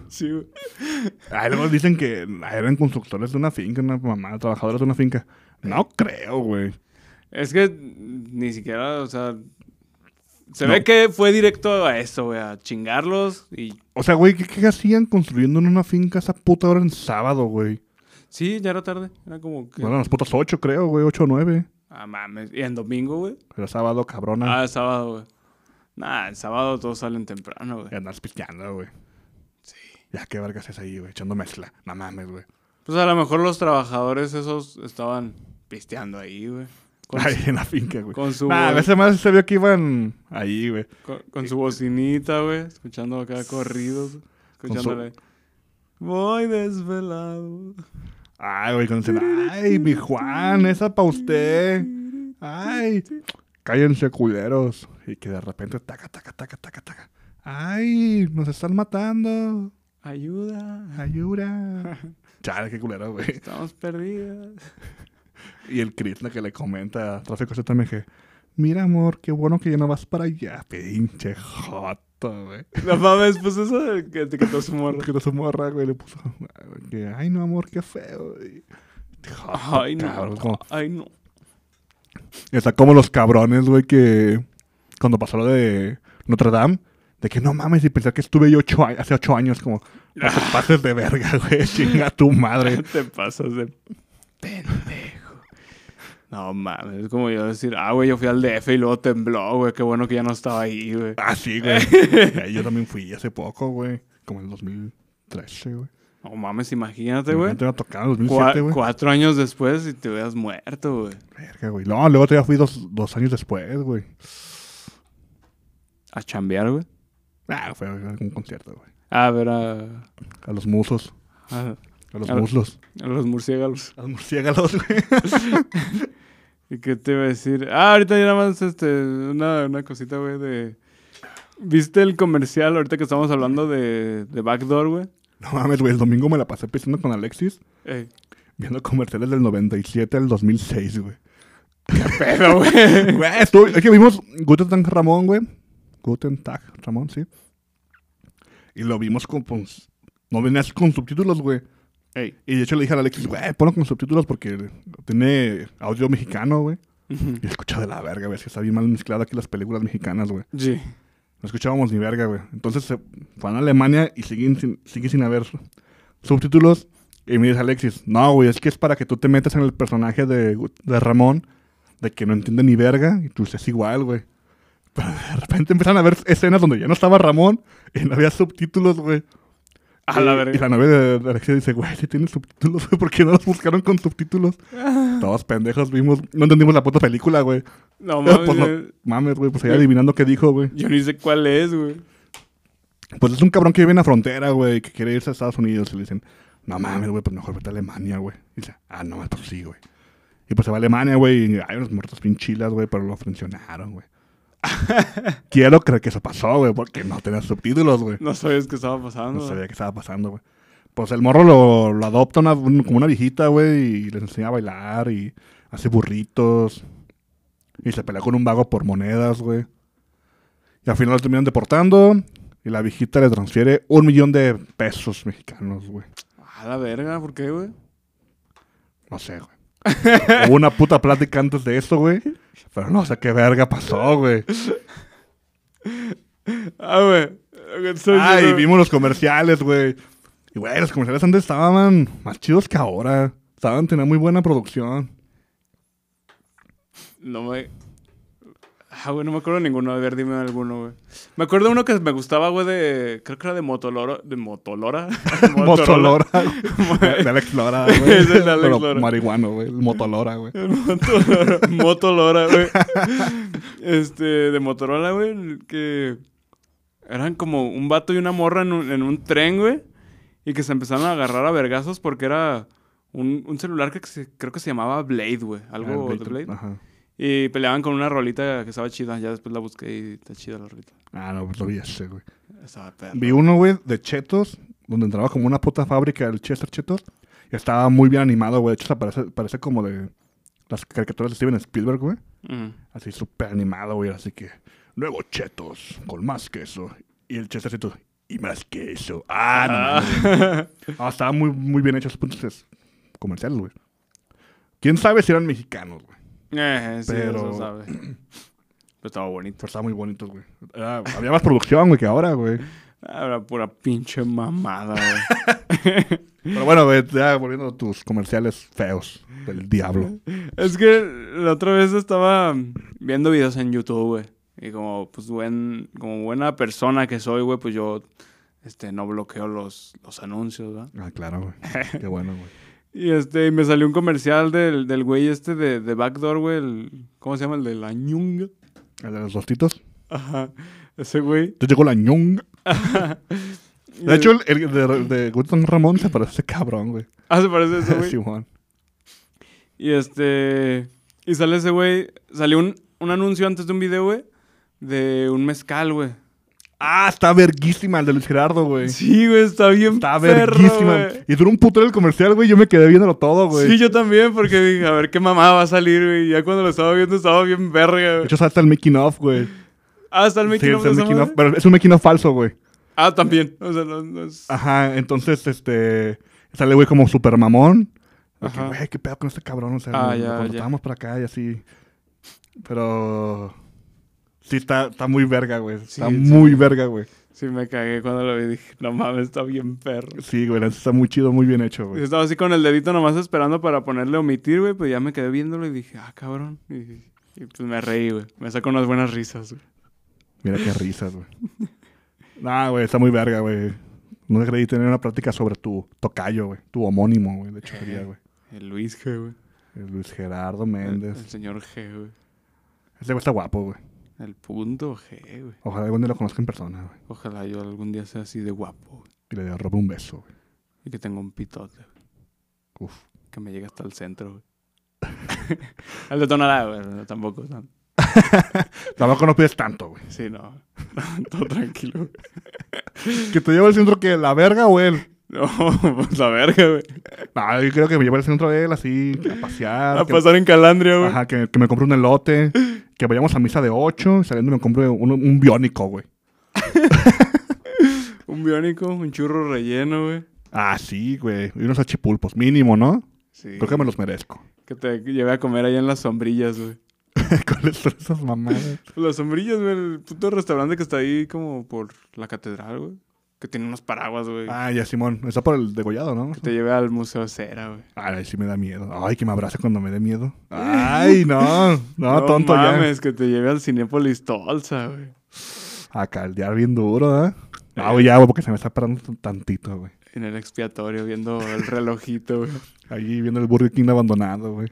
B: Sí, güey.
A: Ahí luego dicen que eran constructores de una finca, una mamá, trabajadores de una finca. No creo, güey.
B: Es que mm, ni siquiera, o sea. Se
A: No.
B: ve que fue directo a eso, güey, a chingarlos y.
A: O sea, güey, ¿qué, qué hacían construyendo en una finca esa puta hora en sábado, güey?
B: Sí, ya era tarde. Era como que.
A: Bueno, las putas 8, creo, güey, 8 o 9.
B: Ah, mames. Y en domingo, güey.
A: Era sábado, cabrona.
B: Ah, el sábado, güey. Nah, el sábado todos salen temprano,
A: Y
B: güey.
A: andar pisteando, güey. Sí. Ya, qué vergas es ahí, güey, echando mezcla. No mames, güey.
B: Pues a lo mejor los trabajadores esos estaban pisteando ahí, güey. Con,
A: Ahí en la finca, güey.
B: con su-
A: Nah, a veces más se vio que iban ahí, güey.
B: con- con su bocinita, güey. Escuchando acá corridos. güey, Escuchándole. Voy desvelado.
A: Ay, güey, cuando dicen, ay, mi Juan, esa pa' usted. Ay, cállense, culeros. Y que de repente, taca, taca, taca, taca, taca. Ay, nos están matando.
B: Ayuda.
A: Ayuda. Chale, qué culero, güey.
B: Estamos perdidas.
A: Y el Krishna que le comenta a Tráfico ZMG. Mira, amor, qué bueno que ya no vas para allá. Pinche joto, güey.
B: No mames, pues eso del que etiquetó su morra.
A: Que te morra, güey, le puso. Que, ay, no, amor, qué feo. güey". Joto,
B: Ay,
A: cabrón,
B: no.
A: como-
B: Ay, no.
A: Está como los cabrones, güey, que cuando pasó lo de Notre Dame, de que no mames, y pensar que estuve yo ocho a- hace ocho años, como, no
B: Ah.
A: te pases de verga, güey, chinga tu madre.
B: Te pasas de pendejo. No mames, es como yo decir, ah, güey, yo fui al DF y luego tembló, güey, qué bueno que ya no estaba ahí, güey.
A: Ah, sí, güey. Eh, yo también fui hace poco, güey, como en el 2013, güey.
B: No mames, imagínate, güey.
A: Te iba a tocar en
B: Cua-
A: 2007, güey.
B: cuatro años después y te hubieras muerto, güey.
A: Verga, güey. No, luego todavía fui dos, dos años después, güey.
B: A chambear, güey.
A: Ah, fue a un concierto, güey.
B: A ver a,
A: A los musos,
B: a-
A: a los
B: A-
A: muslos.
B: a los murciélagos.
A: A los murciélagos, güey.
B: ¿Y qué te iba a decir? Ah, ahorita ya nada más este, una, una cosita, güey, de... ¿Viste el comercial ahorita que estamos hablando de, de Backdoor, güey?
A: No mames, güey, el domingo me la pasé pisando con Alexis.
B: Ey,
A: Viendo comerciales del 97 al 2006, güey.
B: Pero, güey.
A: Güey, estuvo- es que vimos Guten Tag Ramón, güey. Guten Tag Ramón, sí. Y lo vimos con... con- no venía así con subtítulos, güey.
B: Ey.
A: Y de hecho le dije a Alexis, güey, ponlo con subtítulos porque tiene audio mexicano, güey. Y escucha de la verga, güey. Es que está bien mal mezclado aquí las películas mexicanas, güey.
B: Sí.
A: No escuchábamos ni verga, güey. Entonces se van a Alemania y siguen sin, sigue sin haber subtítulos. Y me dice Alexis, no, güey, es que es para que tú te metas en el personaje de, de Ramón, de que no entiende ni verga, y tú es igual, güey. Pero de repente empiezan a ver escenas donde ya no estaba Ramón y no había subtítulos, güey.
B: A la
A: Y-
B: verga.
A: Y la novia de, de Alexis dice, güey, si tiene subtítulos, güey, ¿por qué no los buscaron con subtítulos? Todos pendejos vimos, no entendimos la puta película, güey.
B: No mames,
A: Pues no,
B: yo-
A: mames, güey, pues
B: eh,
A: ahí adivinando qué dijo, güey.
B: yo ni sé cuál es, güey.
A: Pues es un cabrón que vive en la frontera, güey, que quiere irse a Estados Unidos. Y le dicen, no mames, güey, pues mejor vete a Alemania, güey. Y dice, ah, no, pues sí, güey. Y pues se va a Alemania, güey, y hay unos muertos pinchilas, güey, pero lo funcionaron, güey. Quiero creer que eso pasó, güey, porque no tenía subtítulos, güey.
B: No sabías qué estaba pasando.
A: No sabía qué estaba pasando, güey. Pues el morro lo, lo adopta una- un- como una viejita, güey, y les enseña a bailar y hace burritos. Y se pelea con un vago por monedas, güey. Y al final lo terminan deportando. Y la viejita le transfiere un millón de pesos mexicanos, güey.
B: A la verga, ¿por qué, güey?
A: No sé, güey. Hubo una puta plática antes de eso, güey. Pero no sé qué verga pasó, güey.
B: Ah, güey.
A: Ay, Ah, vimos los comerciales, güey. Y, güey, los comerciales antes estaban más chidos que ahora. Estaban, tenían muy buena producción.
B: No me. Ah, güey, no me acuerdo de ninguno. A ver, dime alguno, güey. Me acuerdo de uno que me gustaba, güey, de. Creo que era de Motolora. ¿De Motolora?
A: Motolora. güey. De Alex Lora, güey.
B: Es el Alex
A: Pero
B: Lora.
A: marihuano, güey. El Motolora, güey.
B: El Motorola, Motorola, güey. Este, de Motorola, güey, el que eran como un vato y una morra en un, en un tren, güey, y que se empezaron a agarrar a vergazos porque era un, un celular que se- creo que se llamaba Blade, güey, algo
A: Ah,
B: de Blade.
A: Ajá.
B: Y peleaban con una rolita que estaba chida, ya después la busqué y está chida la rolita.
A: Ah, no, pues lo vi ese, güey.
B: Estaba perra.
A: Vi uno, güey, de Chetos, donde entraba como una puta fábrica del Chester Chetos. Y estaba muy bien animado, güey. De hecho, se parece, parece como de las caricaturas de Steven Spielberg, güey.
B: Ujú.
A: Así súper animado, güey. Así que, luego Chetos, con más queso. Y el Chester Chetos, y más queso. Ah, no. mames. Ah, estaba muy, muy bien hecho esos puntos pues, comerciales, güey. ¿Quién sabe si eran mexicanos, güey?
B: Eh, sí,
A: Pero-
B: eso sabe. Pero estaba bonito.
A: Pero estaban muy bonitos, güey. Era- había más producción, güey, que ahora, güey.
B: Ah, Era pura pinche mamada, güey.
A: Pero bueno, güey, ya volviendo a tus comerciales feos del diablo.
B: Es que la otra vez estaba viendo videos en YouTube, güey. Y como, pues, buen, como buena persona que soy, güey, pues yo este, no bloqueo los, los anuncios, ¿verdad?
A: Ah, claro, güey. Qué bueno, güey.
B: Y este, y me salió un comercial del, del güey este de, de Backdoor, güey. el- ¿Cómo se llama? El de la ñunga.
A: ¿El de los tostitos?
B: Ajá. Ese güey.
A: Te llegó la ñonga.
B: Y
A: De
B: el-
A: hecho, el, el de, de Gutson Ramón se parece a ese cabrón, güey.
B: Ah, se parece a ese güey.
A: Simón.
B: Y este. Y sale ese güey. Salió un, un anuncio antes de un video, güey. De un mezcal, güey.
A: Ah, está verguísima el de Luis Gerardo, güey.
B: Sí, güey, está bien.
A: Está
B: perro,
A: verguísima.
B: güey.
A: Y duró un puto el comercial, güey. Yo me quedé viéndolo todo, güey.
B: Sí, yo también, porque dije, a ver qué mamá va a salir, güey. Ya cuando lo estaba viendo estaba bien verga,
A: De
B: güey.
A: hecho, salta el making of, güey.
B: Ah, está el
A: Sí,
B: making of
A: es
B: de
A: el
B: esa
A: making of,
B: madre.
A: pero es un making of falso, güey. Ah.
B: Ah, también. O sea, no, no es...
A: Ajá, entonces, este, sale, güey, como super mamón. De que,
B: Ajá.
A: Güey, qué pedo con este cabrón, o sea,
B: Ah,
A: lo-
B: ya,
A: lo
B: ya.
A: contratamos para acá y así. Pero... Sí, está, está muy verga, güey. Está
B: sí.
A: muy verga, güey.
B: Sí, me cagué cuando lo vi. Dije, no mames, está bien perro.
A: Sí, güey, la neta está muy chido, muy bien hecho,
B: Y
A: güey.
B: estaba así con el dedito nomás esperando para ponerle omitir, güey. Pues ya me quedé viéndolo y dije, ah, cabrón. Y, y pues me reí, güey. Me sacó unas buenas risas, güey.
A: Mira qué risas, güey. Nah, güey, está muy verga, güey. No te creí tener una práctica sobre tu tocayo, güey. Tu homónimo, güey, de hecho, sería, güey.
B: El Luis G, güey.
A: El Luis Gerardo
B: El, el
A: Méndez.
B: señor G, güey.
A: Ese güey está guapo, güey.
B: El punto G, güey.
A: Ojalá algún día lo conozca en persona, güey.
B: Ojalá yo algún día sea así de guapo, güey.
A: Y le robe un beso, güey.
B: Y que tenga un pitote, güey.
A: Uf.
B: Que me llegue hasta el centro, güey. el detonará, güey. no, tampoco. no.
A: Tampoco no pides tanto, güey.
B: Sí, no. Todo tranquilo, güey.
A: Que te lleve al centro que la verga o él.
B: No, pues la verga, güey.
A: No, yo creo que me lleve al centro él así, a pasear.
B: A
A: que,
B: pasar en calandria, güey.
A: Ajá, que, que me compre un elote. Que vayamos a misa de 8 y saliendo me compre un, un biónico, güey.
B: Un biónico, un churro relleno, güey.
A: Ah, sí, güey. Y unos achipulpos, mínimo, ¿no?
B: Sí.
A: Creo que me los merezco.
B: Que te lleve a comer ahí en las sombrillas, güey.
A: ¿Cuáles son esas mamadas?
B: Pues Las sombrillas, güey. El puto restaurante que está ahí como por la catedral, güey. Que tiene unos paraguas, güey.
A: Ah, ya, Simón. Está por el degollado, ¿no?
B: Que te lleve al Museo Cera, güey.
A: Ay, sí me da miedo. Ay, que me abrace cuando me dé miedo. Ay, no. No, Ah, tonto
B: mames, que te lleve al Cinépolis Tolsa, güey.
A: ya. A caldear bien duro, ¿verdad? Ah, güey, ya, güey, porque se me está parando t- tantito, güey.
B: En el expiatorio, viendo el relojito, güey.
A: Allí viendo el Burger King abandonado, güey.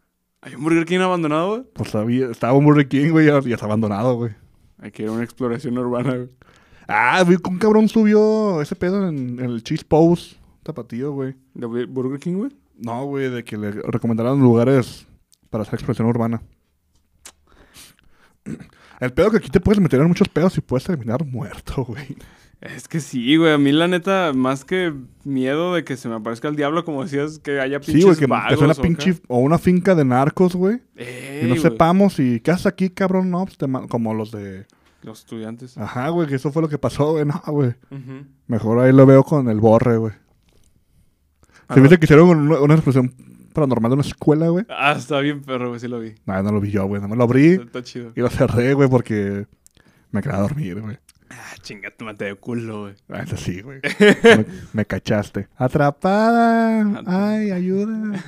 B: ¿Hay un Burger King abandonado, güey?
A: Pues sabía, estaba un Burger King, güey, ya, ya está abandonado, güey.
B: Hay que ir a una exploración urbana, güey.
A: Ah, güey, un cabrón subió ese pedo en, en el Cheese Post tapatío, güey.
B: ¿De Bu- Burger King, güey?
A: No, güey, de que le recomendaran lugares para hacer exploración urbana. El pedo que aquí te puedes meter en muchos pedos y puedes terminar muerto, güey.
B: Es que sí, güey. A mí, la neta, más que miedo de que se me aparezca el diablo, como decías, que haya pinches
A: Sí, güey, que
B: vagos
A: te suena
B: o
A: pinche
B: acá.
A: o una finca de narcos, güey.
B: Ey,
A: Y no
B: güey.
A: sepamos y qué haces aquí, cabrón, no, pues te ma- como los de
B: Los estudiantes.
A: Ajá, güey, que eso fue lo que pasó, güey. No, güey.
B: Ujú.
A: Mejor ahí lo veo con el borre, güey. Se me dice que hicieron una, una expresión paranormal de una escuela, güey.
B: Ah, está bien, perro, güey, sí lo vi.
A: No, no lo vi yo, güey. Nada más lo abrí
B: Está chido.
A: y lo cerré, güey, porque me quedaba a dormir, güey.
B: Ah, chinga, tu mate de culo, güey.
A: Ah, eso sí, güey. me, me cachaste. Atrapada. Ay, ayuda.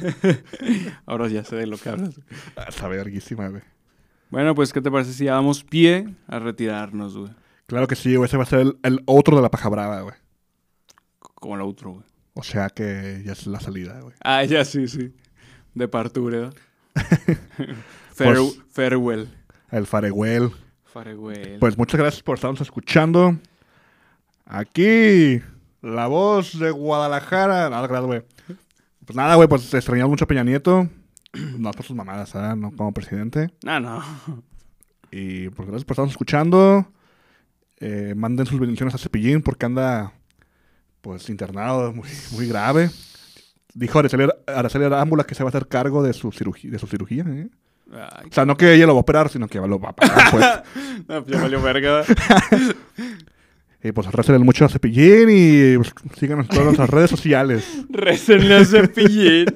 B: Ahora ya sé de lo que hablas.
A: Ah, Está verguísima, güey.
B: Bueno, pues, ¿qué te parece si ya damos pie a retirarnos, güey?
A: Claro que sí, güey. Ese va a ser el, el otro de la paja brava, güey.
B: Como el otro, güey.
A: O sea que ya es la salida, güey.
B: Ah, ya sí, sí. De partura. Fare-
A: Pues-
B: Farewell.
A: El farewell.
B: Farewell.
A: Pues muchas gracias por estarnos escuchando. Aquí, la voz de Guadalajara. Nada, gracias, güey. Pues nada, güey, pues extrañamos mucho a Peña Nieto. No por sus mamadas, ¿verdad? No como presidente.
B: Ah, no.
A: Y pues gracias por estarnos escuchando. Eh, manden sus bendiciones a Cepillín porque anda, pues, internado muy, muy grave. Dijo Araceli, Araceli Arámbula que se va a hacer cargo de su, cirugía, de su cirugía, ¿eh?
B: Ay,
A: O sea, no que ella lo va a operar, sino que lo va a pagar, pues.
B: no, ya valió verga.
A: Y pues récenle mucho a Cepillín y pues, síganos en todas nuestras redes sociales.
B: Récenle a Cepillín.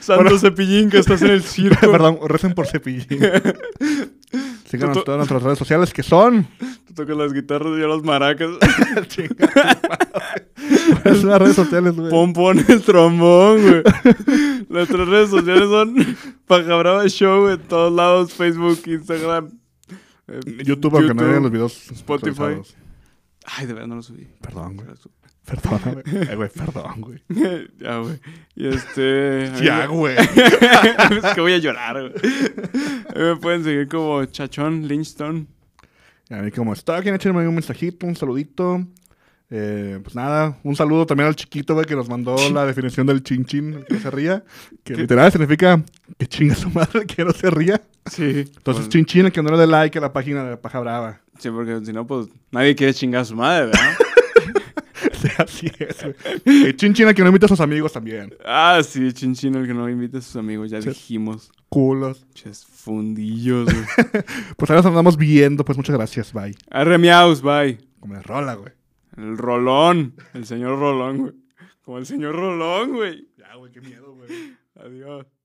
B: Santo
A: Bueno.
B: Cepillín, que estás en el circo.
A: Perdón, recen por Cepillín. Síganos en todas nuestras redes sociales que son.
B: Tú tocas las guitarras y yo las maracas.
A: ¿Cuáles son las redes sociales, güey?
B: Pompón el trombón, güey. Nuestras redes sociales son Pajabrava Show en todos lados: Facebook, Instagram, eh,
A: YouTube, aunque no vean los videos.
B: Spotify.
A: actualizados.
B: Ay, de verdad no lo subí.
A: Perdón, güey. Perdón, güey. Eh, güey, perdón, güey.
B: ya, güey. Y este. a mí
A: Ya,
B: me-
A: güey.
B: es que voy a llorar, güey. A mí Me pueden seguir como Chachón Lynchstone.
A: A mí como está, quieren echarme un mensajito, un saludito. Eh, pues nada, un saludo también al chiquito, güey, que nos mandó la definición del chin chin, el que no se ría. Que literal significa que chinga su madre, el que no se ría.
B: Sí.
A: Entonces, chin chin, el que no le dé like a la página de la paja brava.
B: Sí, porque si no, pues nadie quiere chingar a su madre, ¿verdad?
A: Sí, Así es, güey. Eh, Chin chin, el que no invita a sus amigos también.
B: ah, sí, chinchín, el que no invita a sus amigos, ya dijimos.
A: Culos.
B: Ches fundillos, güey.
A: Pues ahora nos andamos viendo, pues muchas gracias, bye.
B: Arre miaus, bye.
A: Como de rola, güey.
B: El Rolón. El señor Rolón, güey. Como el señor Rolón, güey.
A: Ya, güey, qué miedo, güey.
B: Adiós.